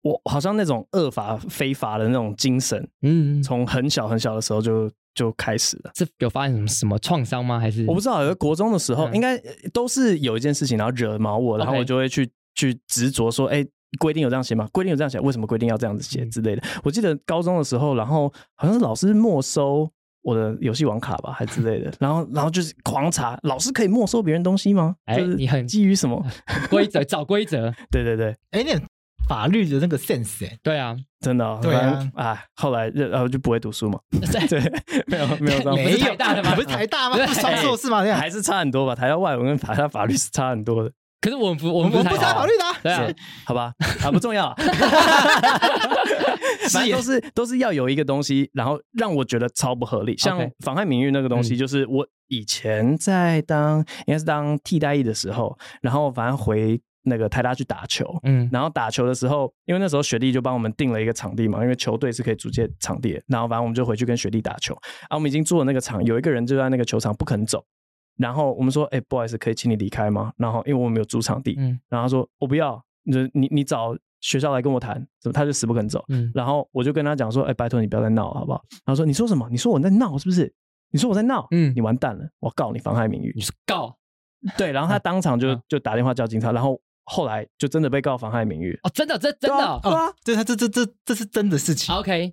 S3: 我好像那种恶法非法的那种精神，
S2: 嗯，
S3: 从很小很小的时候就就开始了。
S2: 是有发现什么什么创伤吗？还是
S3: 我不知道，有个国中的时候，
S2: 嗯
S3: 应该呃都是有一件事情，然后惹毛我，然后
S2: OK
S3: 我就会去去执着说，哎、规定有这样写吗？规定有这样写，为什么规定要这样子写
S2: 嗯
S3: 之类的？我记得高中的时候，然后好像是老师没收我的游戏网卡吧，还之类的，然后然后就是狂查，老师可以没收别人东西吗？
S2: 哎
S3: 就是
S2: 你很
S3: 基于什么？
S2: 规则找规则？
S3: 对对对，
S1: 哎，那法律的那个 sense 哎，
S2: 对 啊，
S3: 真的、哦，
S1: 对啊
S3: 反正啊，后来就然后就不会读书嘛，
S2: 在
S3: 对，没有没有这样，
S2: 没
S3: 哦不是
S2: 台大的吗
S1: 不是台大吗？
S2: 对
S1: 不是双硕士吗？对啊
S3: 还是差很多吧，台大外文跟台大法律是差很多的。
S2: 可是我们不我
S1: 我
S2: 们
S1: 们
S2: 不
S1: 不
S2: 是台
S1: 查法律的啊，
S2: 对啊
S3: 是，好吧，啊不重要 啊，反正都是都是要有一个东西，然后让我觉得超不合理。像
S2: OK
S3: 妨害名誉那个东西，
S2: 嗯
S3: 就是我以前在当应该是当替代役的时候，然后反正回那个台大去打球，
S2: 嗯
S3: 然后打球的时候，因为那时候学弟就帮我们定了一个场地嘛，因为球队是可以租借场地的，然后反正我们就回去跟学弟打球。啊，我们已经租了那个场，有一个人就在那个球场不肯走，然后我们说，哎、不好意思，可以请你离开吗？然后因为我们有租场地，
S2: 嗯
S3: 然后他说我不要，你你你找学校来跟我谈，怎么他就死不肯走。
S2: 嗯，
S3: 然后我就跟他讲说，哎、拜托你不要再闹了好不好？然后说你说什么？你说我在闹是不是？你说我在闹，
S2: 嗯
S3: 你完蛋了，我告你妨害名誉
S2: 你。是告
S3: 对，然后他当场就
S2: 啊
S3: 就打电话叫警察，然后后来就真的被告妨害名誉。
S2: 哦，真的这真的哦
S3: 对啊， 哦
S1: 对他这这这这是真的事情。
S2: OK，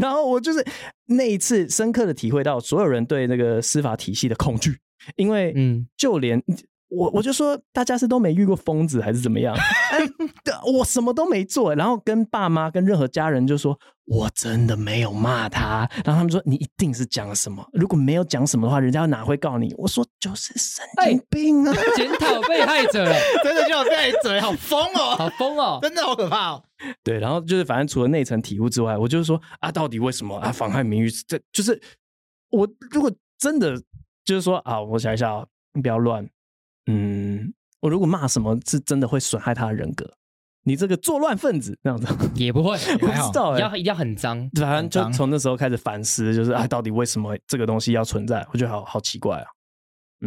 S3: 然后我就是那一次深刻的体会到所有人对那个司法体系的恐惧，因为
S2: 嗯，
S3: 就连我我就说大家是都没遇过疯子还是怎么样，哎对我什么都没做，然后跟爸妈跟任何家人就说我真的没有骂他，然后他们说你一定是讲了什么，如果没有讲什么的话，人家哪会告你？我说就是神经病啊，
S2: 检讨被害者，
S1: 真的就有这一嘴，好疯哦，
S2: 好疯 哦，
S1: 真的好可怕哦。
S3: 对，然后就是反正除了那层体悟之外，我就是说啊，到底为什么啊妨害名誉？这就是我如果真的就是说啊，我想一下啊，你不要乱，嗯，我如果骂什么是真的会损害他的人格，你这个作乱分子那样子，
S2: 也不会，
S3: 我不
S1: 还好
S3: 知道哎、
S2: 要一定要很脏，
S3: 反正
S1: 很脏
S3: 就从那时候开始反思，就是啊，到底为什么这个东西要存在？我觉得好好奇怪啊。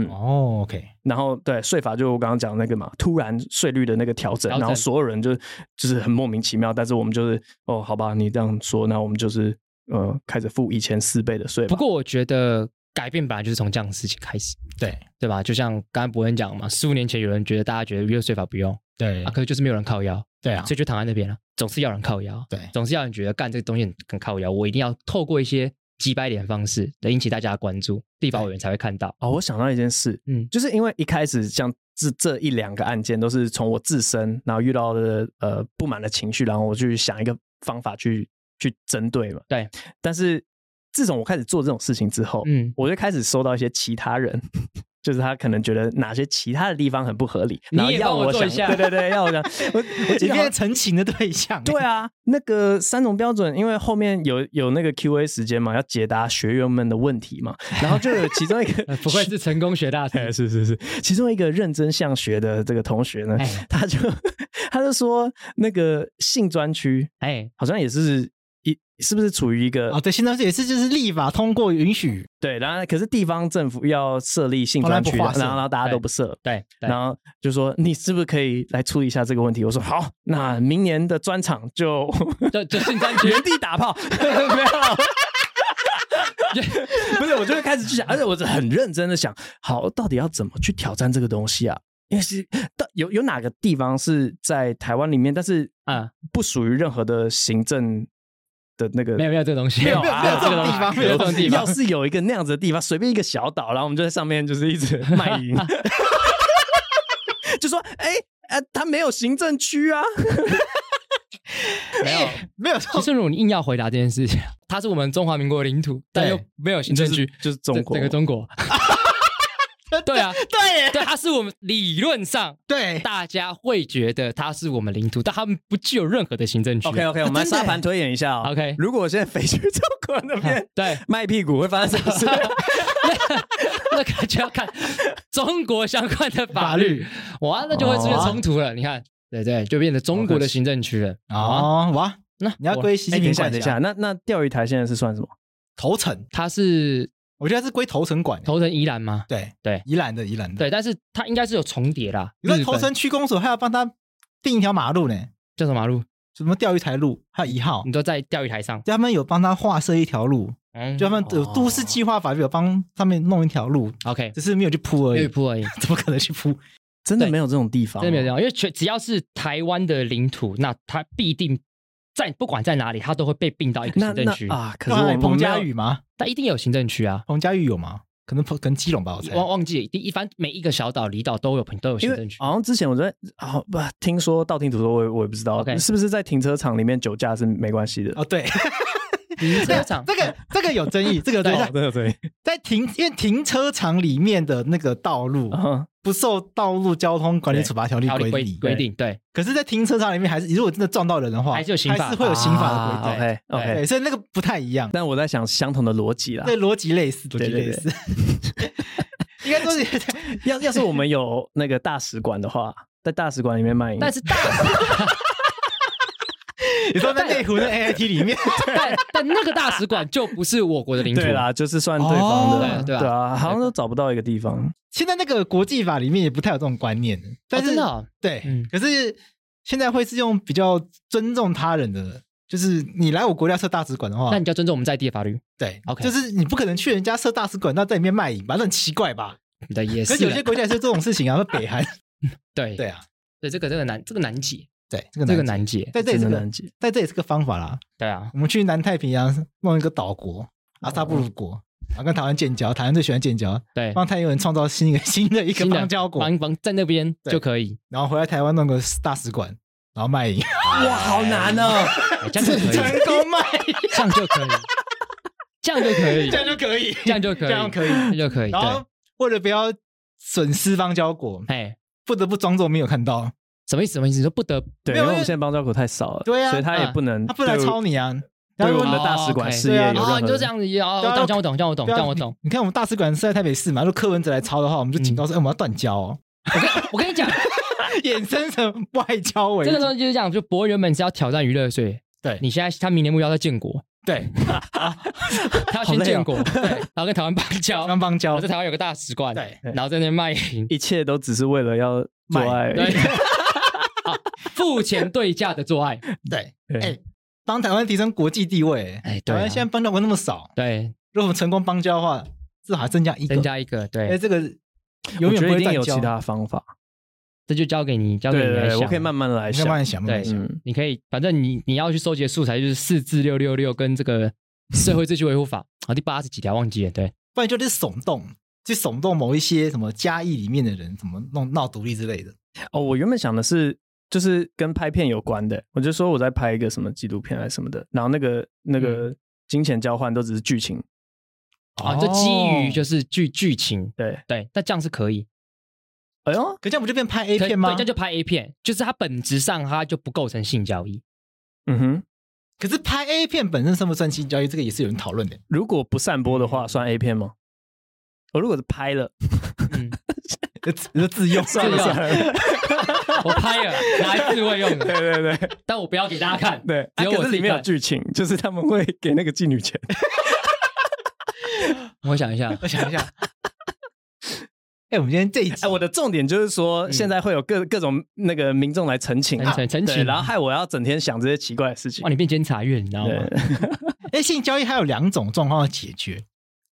S1: 哦，OK，
S3: 然后对税法，就我刚刚讲的那个嘛，突然税率的那个调整，
S2: 调整
S3: 然后所有人就就是很莫名其妙，但是我们就是哦，好吧，你这样说，那我们就是呃，开始付以前四倍的税吧。
S2: 不过我觉得改变本来就是从这样的事情开始，
S1: 对
S2: 对吧？就像刚刚伯恩讲嘛，十五年前有人觉得大家觉得娱乐税法不用
S1: 对
S2: 啊，可是就是没有人靠腰，
S1: 对啊
S2: 所，以就躺在那边了。总是要人靠腰，
S1: 对
S2: 总是要人觉得干这个东西很很靠腰，我一定要透过一些击败点的方式来引起大家的关注，立法委员才会看到。
S3: 哦，我想到一件事，
S2: 嗯
S3: 就是因为一开始像这这一两个案件都是从我自身，然后遇到的呃不满的情绪，然后我去想一个方法去去针对嘛。
S2: 对，
S3: 但是自从我开始做这种事情之后，
S2: 嗯，
S3: 我就开始收到一些其他人， 就是他可能觉得哪些其他的地方很不合理，
S2: 你
S3: 然后
S2: 也
S3: 要
S2: 帮我做
S3: 想，
S2: 一下
S3: 对对对，要我想， 我我
S1: 你
S3: 今
S1: 变成
S3: 天
S1: 成情的对象。
S3: 对啊，那个三种标准，因为后面有有那个 Q&A 时间嘛，要解答学员们的问题嘛，然后就有其中一 个
S2: 呃不愧是成功学大
S3: 哎，
S2: 师，
S3: 是是是，其中一个认真向学的这个同学呢，
S2: 哎
S3: 他就他就说那个性专区
S2: 哎，
S3: 好像也是一是不是处于一个、
S1: 啊，对，新东西也是就是立法通过允许，
S3: 对，然后可是地方政府要设立性
S1: 从来
S3: 专
S1: 不
S3: 区，然
S1: 划
S3: 后
S1: 设
S3: 然后大家都
S2: 对
S3: 不设，
S2: 对，对
S3: 然后就说你是不是可以来处理一下这个问题？我说好，那明年的专场 就
S2: 就就性专 区
S3: 原地打炮，没有啦。不是，我就会开始去想，而且我是很认真的想，好，到底要怎么去挑战这个东西啊？因为是到有有哪个地方是在台湾里面，但是
S2: 啊，
S3: 不属于任何的行政的那个
S2: 没有没有这个东西，
S3: 没有
S1: 没有
S3: 啊
S1: 没有这种
S3: 个
S1: 地方
S2: 没有这种地方
S3: 要是有一个那样子的地方，随便一个小岛，然后我们就在上面就是一直卖 淫，就说哎。啊，他没有行政区啊，
S2: 没有。
S1: 哎没有这
S2: 其
S1: 种
S2: 实如果你硬要回答这件事情，它是我们中华民国的领土，但
S1: 对
S2: 又没有行政区，
S3: 就是就是中
S2: 整
S3: 国
S2: 整个中国，
S1: 的，
S2: 对啊，
S1: 对耶
S2: 对，他是我们理论上
S1: 对，
S2: 大家会觉得他是我们领土，但他们不具有任何的行政区。
S3: OK OK，我们来
S1: 真的
S3: 沙盘推演一下 哦。
S2: OK
S3: 如果我现在飞去中国那边
S2: 对，
S3: 卖屁股，会发生什 么事？哎
S2: 那个就要看中国相关的法
S1: 法
S2: 律，
S1: 律哦
S2: 哇，那就会出现冲突了。你看，对对，就变成中国的行政区了。啊，
S1: 哦，哇，
S2: 那
S1: 你要
S2: 我
S1: 归习
S3: 哎
S1: 近
S3: 等一
S1: 平
S3: 下，
S1: 管
S3: 等一
S1: 辖
S3: 下，那那钓鱼台现在是算什么？
S1: 头城，
S2: 他是
S1: 我觉得是归头城管耶，欸
S2: 头城宜兰吗？
S1: 对
S2: 对
S1: 宜兰的宜兰的，
S2: 对，但是他应该是有重叠啦。
S1: 你看
S2: 日本
S1: 头城区公所还要帮他定一条马路呢，
S2: 叫什么马路？
S1: 什么钓鱼台路，还有一号
S2: 你，都在钓鱼台上，
S1: 他们有帮他划设一条路，
S2: 嗯，
S1: 就他们有都市计划法有帮他们弄一条路，
S2: OK，
S1: 只是没有去铺而
S2: 乐
S1: 已，
S2: 谱而已。
S1: 怎么可能去铺？
S3: 真的
S2: 对
S3: 没有这种地方哦，
S2: 真的没有这样，因为全只要是台湾的领土，那它必定在不管在哪里，它都会被并到一个
S3: 那
S2: 行政区
S3: 那，啊，可
S1: 那
S3: 是我们
S1: 哎彭
S3: 没
S1: 佳
S3: 有
S1: 宇吗？
S2: 它一定有行政区啊。
S1: 彭佳宇有吗？可能彭可能基隆吧，我猜。
S2: 忘忘记第一，反正每一个小岛、离岛都有都有
S3: 因
S2: 行
S3: 为啊
S2: 政区。
S3: 好像之前我在好不听说道听途说，我也我也不知道
S2: OK
S3: 是不是在停车场里面酒驾是没关系的。
S1: 哦，对，
S2: 停车场
S1: 这个这个有争议，这个有争
S2: 对
S1: 议
S2: 哦
S1: 在
S3: 真的对，
S1: 在停，因为停车场里面的那个道路
S3: 啊
S1: 不受《道路交通管理处罚条例
S2: 嗯条》例
S1: 规
S2: 规
S1: 定，
S2: 规定，对
S1: 可是，在停车场里面还是，如果真的撞到人的话，
S2: 还是有刑法
S1: 还是会有刑法的规定。
S2: 啊
S3: ，OK
S2: 对
S3: OK，
S1: 对，所以那个不太一样，
S3: 但我在想相同的逻辑啦。
S1: 对逻辑类似，逻辑
S3: 对对
S1: 类似。 应该说是
S3: 要要是我们有那个大使馆的话，在大使馆里面卖淫，
S2: 但是大
S1: 你说在内湖的 AIT 里面，
S2: 但但那个大使馆就不是我国的领土哦
S3: 对啦，就是算对方的啦，
S2: 哦对
S3: 对
S2: 啊
S3: 啊，好像都找不到一个地方。
S1: 现在那个国际法里面也不太有这种观念，但
S2: 哦真
S1: 是
S2: 的哦
S1: 对
S2: 嗯，
S1: 可是现在会是用比较尊重他人的，就是你来我国家设大使馆的话
S2: 那，你就要尊重我们在地的法律。
S1: 对
S2: OK
S1: 就是你不可能去人家设大使馆，那在里面卖淫吧，那很奇怪吧？
S2: 你的也
S1: 可
S2: 是
S1: 是有
S2: 啦
S1: 些国家也是这种事情啊，像北韩，
S2: 对
S1: 对啊，
S2: 对，这个这个难，这个难解，
S1: 对，这个
S2: 这
S1: 这
S2: 个难解，
S1: 在这里是
S3: 真的
S1: 个
S3: 难解。
S1: 在这也是个方法啦。
S2: 对啊，
S1: 我们去南太平洋弄一个岛国，阿萨布鲁国，啊，跟台湾建交，台湾最喜欢建交，
S2: 哦对，
S1: 帮台湾人创造新一个 新的一个
S2: 新的
S1: 邦交国，
S2: 房房在那边
S1: 对
S2: 就可以，
S1: 然后回来台湾弄个大使馆，然后卖淫，
S3: 哇，好难哦！
S2: 哎这样就 可以，
S1: 功卖淫，
S2: 这样就可以，这样就可以，
S1: 这样就可以，
S2: 这样就可以，
S1: 这样
S2: 这
S1: 可以。
S2: 样就可以，
S1: 然
S2: 对
S1: 后，为了不要损失邦交国，
S2: 哎，
S1: 不得不装作没有看到，
S2: 什么意思？什么意思？你说不得
S3: 对，
S1: 没
S3: 因
S1: 有
S3: 为我
S1: 因
S3: 们
S1: 为
S3: 现在邦交国太少了，
S1: 对啊
S3: 所以他也
S2: 嗯
S3: 不能
S1: 他不来
S3: 对
S1: 抄你啊。
S3: 对
S1: 然
S3: 我们
S1: 后
S3: 的
S2: 哦
S3: 大使馆
S2: OK
S3: 事业有任
S1: 对啊
S2: 哦，
S3: 何
S2: 你就这样子哦，这
S1: 对啊
S2: 样我懂，这样我懂，
S1: 对
S2: 这
S1: 啊
S2: 样我 懂。
S1: 你看我们大使馆设在台北市嘛，如果柯文哲来抄的话，我们就警告
S2: 嗯
S1: 说，哎我们要断交哦，
S2: 我跟你讲，
S1: 衍生成外交为
S2: 这个东西就是这样，就博原本是要挑战娱乐税，
S1: 对
S2: 你现在他明年目标在建 国，
S1: 对，
S2: 他要
S3: 好
S2: 先
S3: 累哦
S2: 建 国，对，然后跟台湾邦 交，
S1: 刚邦
S2: 然
S1: 交
S2: 后在，台湾有个大使馆，
S1: 对
S2: 然后在那边卖 淫，
S3: 一切都只是为了要做爱而已。
S2: 对，啊付钱对价的做爱，
S1: 对，
S3: 对
S1: 哎帮台湾提升国际地位。
S2: 哎对
S1: 台
S2: 啊
S1: 湾现在邦交国那么少，
S2: 对，
S1: 如果我们成功邦交的话，至少还增加一个。
S2: 增加一个，
S1: 哎、
S2: 对，
S1: 这个永
S3: 我
S1: 远
S3: 觉
S1: 不
S3: 得一
S1: 会
S3: 定
S1: 断
S3: 有
S1: 交。
S3: 其他的方法。
S2: 这就交给你，交给
S3: 对
S2: 你
S3: 对
S2: 来
S3: 对，
S2: 想，
S3: 我可以慢慢来
S1: 你慢
S3: 想。
S1: 慢想，慢慢
S2: 对
S1: 想。
S3: 嗯，
S2: 你可以，反正你你要去收集的素材就是四至六六六跟这 个社会秩序维护法，啊，第八十几条忘记了，对，
S1: 不然就是耸动，去耸动某一些什么嘉义里面的人，怎么弄闹独立之类的。，
S3: 哦，我原本想的是，就是跟拍片有关的，我就说我在拍一个什么纪录片还是什么的，然后那个那个金钱交换都只是剧情，
S2: 啊，这基于就是是剧剧情，
S3: 对，
S2: 对，那这样是可以，
S3: 哎呦，
S1: 可这样不就变拍 A
S2: 可
S1: 片吗？
S2: 对，这样就拍 A 片，就是它本质上它就不构成性交易，
S3: 嗯哼，
S1: 可是拍 A 片本身算不算性交易？这个也是有人讨论的。
S3: 如果不散播的话，算 A 片吗？哦我如果是拍 了，
S2: 嗯，
S1: 你说自用
S3: 算了
S2: 自用
S3: 算了，
S2: 我拍了拿来自慰用的，
S3: 对对 对
S2: 但我不要给大家 看，
S3: 对，啊
S2: 只有我
S3: 可是
S2: 自己
S3: 里面有
S2: 看
S3: 剧情，就是他们会给那个妓女钱，
S2: 我想一下，
S1: 我想一下， 哎、我们今天这一集，
S3: 哎，我的重点就是说，
S2: 嗯
S3: 现在会有各各种那个民众来澄清啊，
S2: 澄澄
S3: 对
S2: 清
S3: 然后害我要整天想这些奇怪的事情
S2: 哇，。你变监察院，你知道吗？
S3: 对，
S1: 哎、性交易还有两种状况要解决，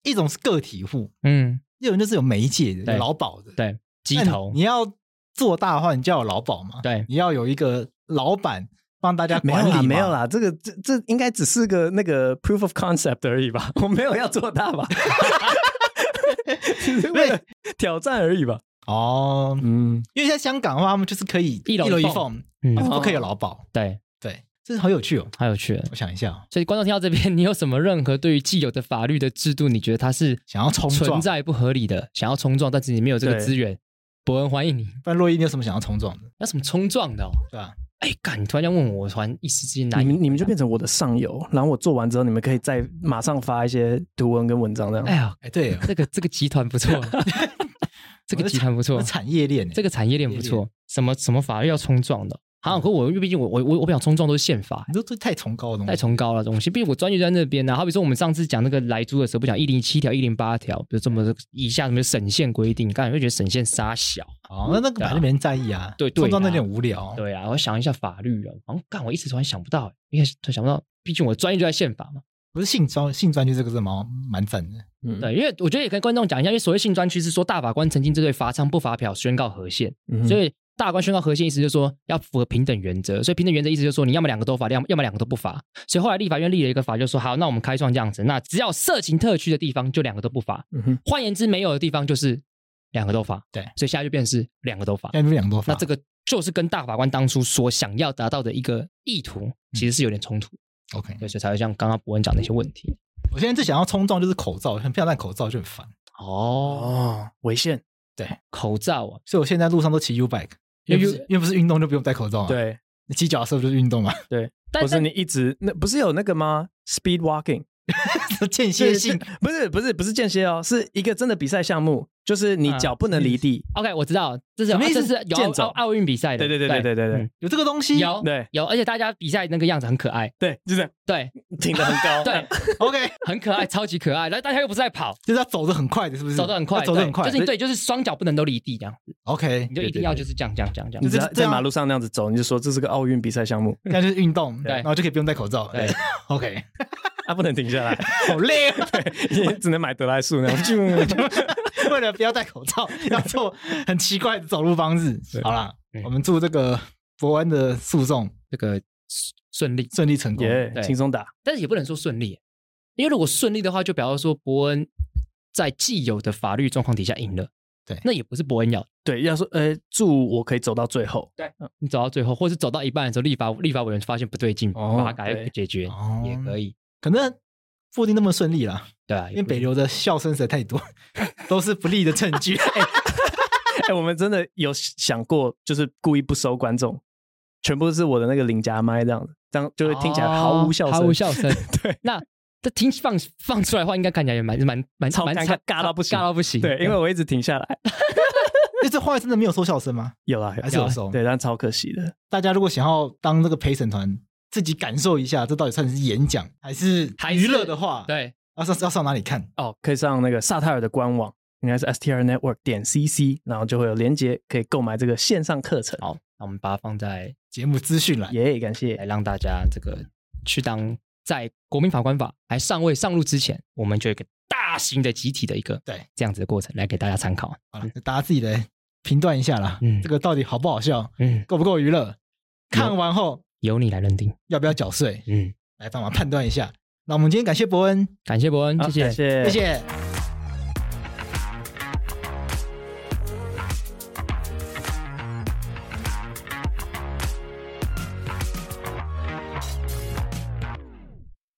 S1: 一种是个体户，
S2: 嗯，
S1: 一种就是有媒介的、
S2: 对
S1: 有劳保的。
S2: 对，鸡
S1: 那你
S2: 头
S1: 你，要做大的话，你就要有劳保嘛。
S2: 对
S1: 你要有一个老板帮大家
S3: 没有
S1: 管理
S3: 啦，
S1: 嘛
S3: 没有。啦，这个这这应该只是个那个 proof of concept 而已吧，我 没有要做大吧， 只是为了挑战而已吧。
S1: 哦，
S3: 嗯，
S1: 因为在香港的话，他们就是可以
S2: 一楼一
S1: 一
S2: 缝
S1: 缝，
S2: 嗯
S1: 哦他，们不可以有劳保。
S2: 对，
S1: 对，这是好有趣哦。
S2: 太有趣了。
S1: 我想一下哦，
S2: 所以观众听到这边，你有什么任何对于既有的法律的制度，你觉得它是
S1: 想要冲撞
S2: 存，在不合理的，想要冲撞，但是你没有这个
S3: 对
S2: 资源，伯恩欢迎你。
S1: 不然洛伊，你有什么想要冲撞的，
S2: 那什么冲撞的、哦？
S1: 对吧？
S2: 哎，干！你突然间问我，我突然一时之间难
S3: 你
S2: 以
S3: 们你们就变成我的上游，然后我做完之后，你们可以再马上发一些图文跟文章这 样。
S2: 哎呀，
S1: 哎，对哦，
S2: 这个这个集团不 错，这个集团不错，
S1: 产业链，
S2: 这
S1: 个
S2: 个产业链不错。什么什么法律要冲撞的？好，可我因为毕竟我我我我不想冲撞都是宪法
S1: 你，说这太崇高的东西，
S2: 太崇高了这东西。毕竟我专业就在那边呢、啊好比说我们上次讲那个来租的时候，不讲一零七条、一零八条，比如这么以下什么省县规定，刚才会觉得省县杀小。
S1: 哦，那那个本来就没人在意啊，
S2: 对对啊
S1: 冲撞那有点无
S3: 哦
S1: 聊，哦
S2: 对啊，我想一下法律了，好像干我一时突然想不到、欸，因为突然想不到，毕竟我专业就在宪法嘛。
S1: 不是性专性专区这个是蛮蛮赞的，
S3: 嗯，
S2: 对，因为我觉得也跟观众讲一下，因为所谓性专区是说大法官曾经针对罚娼不罚嫖宣告和宪，
S3: 嗯，
S2: 所以大法官宣告和宪意思就是说要符合平等原则，所以平等原则意思就是说你要么两个都罚，要么要么两个都不罚。所以后来立法院立了一个法，就说好，那我们开创这样子，那只要色情特区的地方就两个都不罚，
S3: 嗯哼，
S2: 换言之没有的地方就是两个都罚。
S1: 对
S2: 所以现在就变成是两个都罚。
S1: 现在就两多发，
S2: 那这个就是跟大法官当初所想要达到的一个意
S3: 嗯
S2: 图，其实是有点冲突，
S1: OK。
S2: 对所以才会像刚刚伯恩讲的一些问题。
S1: 我现在最想要冲撞就是口罩，很漂亮的口罩就很烦，
S2: 哦，
S3: 哦，违宪，
S2: 口罩啊，
S1: 所以我现在路上都骑 U bike，因为不是因为不是运动就不用戴口罩啊，，
S3: 对，
S1: 你骑脚踏车不就是运动啊？
S2: 但
S3: 不是
S2: 但
S3: 你一直那不是有那个吗？Speed walking，
S1: 间歇性
S3: 就是 不是不是不是间歇哦，是一个真的比赛项目，就是你
S2: 嗯
S3: 脚不能离地，
S2: OK，我知道，这是
S3: 什么意思
S2: 这是有
S3: 健走
S2: 奥奥运比赛的，
S3: 对对对对对对
S1: 有这个东西，
S2: 有
S3: 对
S2: 有，而且大家比赛那个样子很可爱，
S3: 对，就这样
S2: 对
S3: 挺得很高，
S2: 对，
S1: OK，
S2: 很可 爱，超级可爱。然后大家又不是在跑，
S1: 就是要走得很快的，是不是？
S2: 走得很快，
S1: 要走得很快，
S2: 对就是对，就是双脚不能都离地这样，
S1: OK，
S2: 你就一定要就是这样这样这样这
S3: 你
S2: 样。
S3: 在
S1: 这是这
S3: 在
S1: 样
S3: 马路上那样子走，你就说这是个奥运比赛项目，
S1: 那就是运动，
S2: 对
S1: 然后就可以不用戴口罩，
S2: 对
S1: OK，
S3: 啊，不能停 下来，
S1: 好累啊，
S3: 也只能买德莱树那 样，就
S1: 为了不要戴口罩，要做很奇怪的走路 方式。好啦
S2: 嗯，
S1: 我们祝这个伯恩的诉讼
S2: 这个顺顺利，
S1: 顺利成功。
S3: 耶，
S2: 对
S3: 轻松打，
S2: 但是也不能说顺利，因为如果顺利的话，就表示说伯恩在既有的法律状况底下赢了。
S1: 对
S2: 那也不是伯恩要的，
S3: 对，要说呃，祝我可以走到最后，
S2: 你走到最后，或是走到一半的时候，立法立法委员发现不对劲，
S3: 哦
S2: 把它改
S3: 对
S2: 解决
S1: 哦
S2: 也可以，
S1: 可能不一定那么顺利啦，
S2: 对啊，
S1: 因为北流的笑声实在太多， 都是不利的证据。
S3: 哎，我们真的有想过，就是故意不收观众，全部是我的那个领夹麦这样子，这样就会听起来毫无笑
S2: 哦
S3: 声，
S2: 毫无笑声。
S3: 对，
S2: 那这听放放出来的话，应该看起来也蛮蛮蛮
S3: 超
S2: 蛮
S3: 尴尬
S2: 惨
S3: 尬到不行
S2: 尬到不行。
S3: 对，因为我一直停下来，
S1: 那这话真的没有收笑声吗？
S3: 有啦，有
S1: 还是有收？
S3: 对，但超可惜的，
S1: 大家如果想要当这个陪审团，自己感受一下，这到底算是演讲还是
S2: 还是
S1: 娱乐的话？，
S2: 对
S1: 要上要上哪里看？
S3: 哦，可以上那个萨泰尔的官网，应该是 STR Network 点 CC，然后就会有连接可以购买这个线上课程。
S2: 好，那我们把它放在
S1: 节目资讯栏。
S3: 耶感
S2: 来
S3: 哦谢，
S2: 让大家这个去当在国民法官法还尚未上路之前，我们就有一个大型的集体的一个
S1: 对
S2: 这样子的过程来给大家参考。
S1: 好了，大家自己来评断一下啦，
S2: 嗯
S1: 这个到底好不好笑，
S2: 嗯，
S1: 够不够娱乐？看完后
S2: 由你来认定。
S1: 要不要缴税？
S2: 嗯，
S1: 来帮忙判断一下。那我们今天感谢伯恩，
S2: 感谢伯恩，
S3: 好
S2: 谢谢
S3: 感。谢，
S1: 谢谢。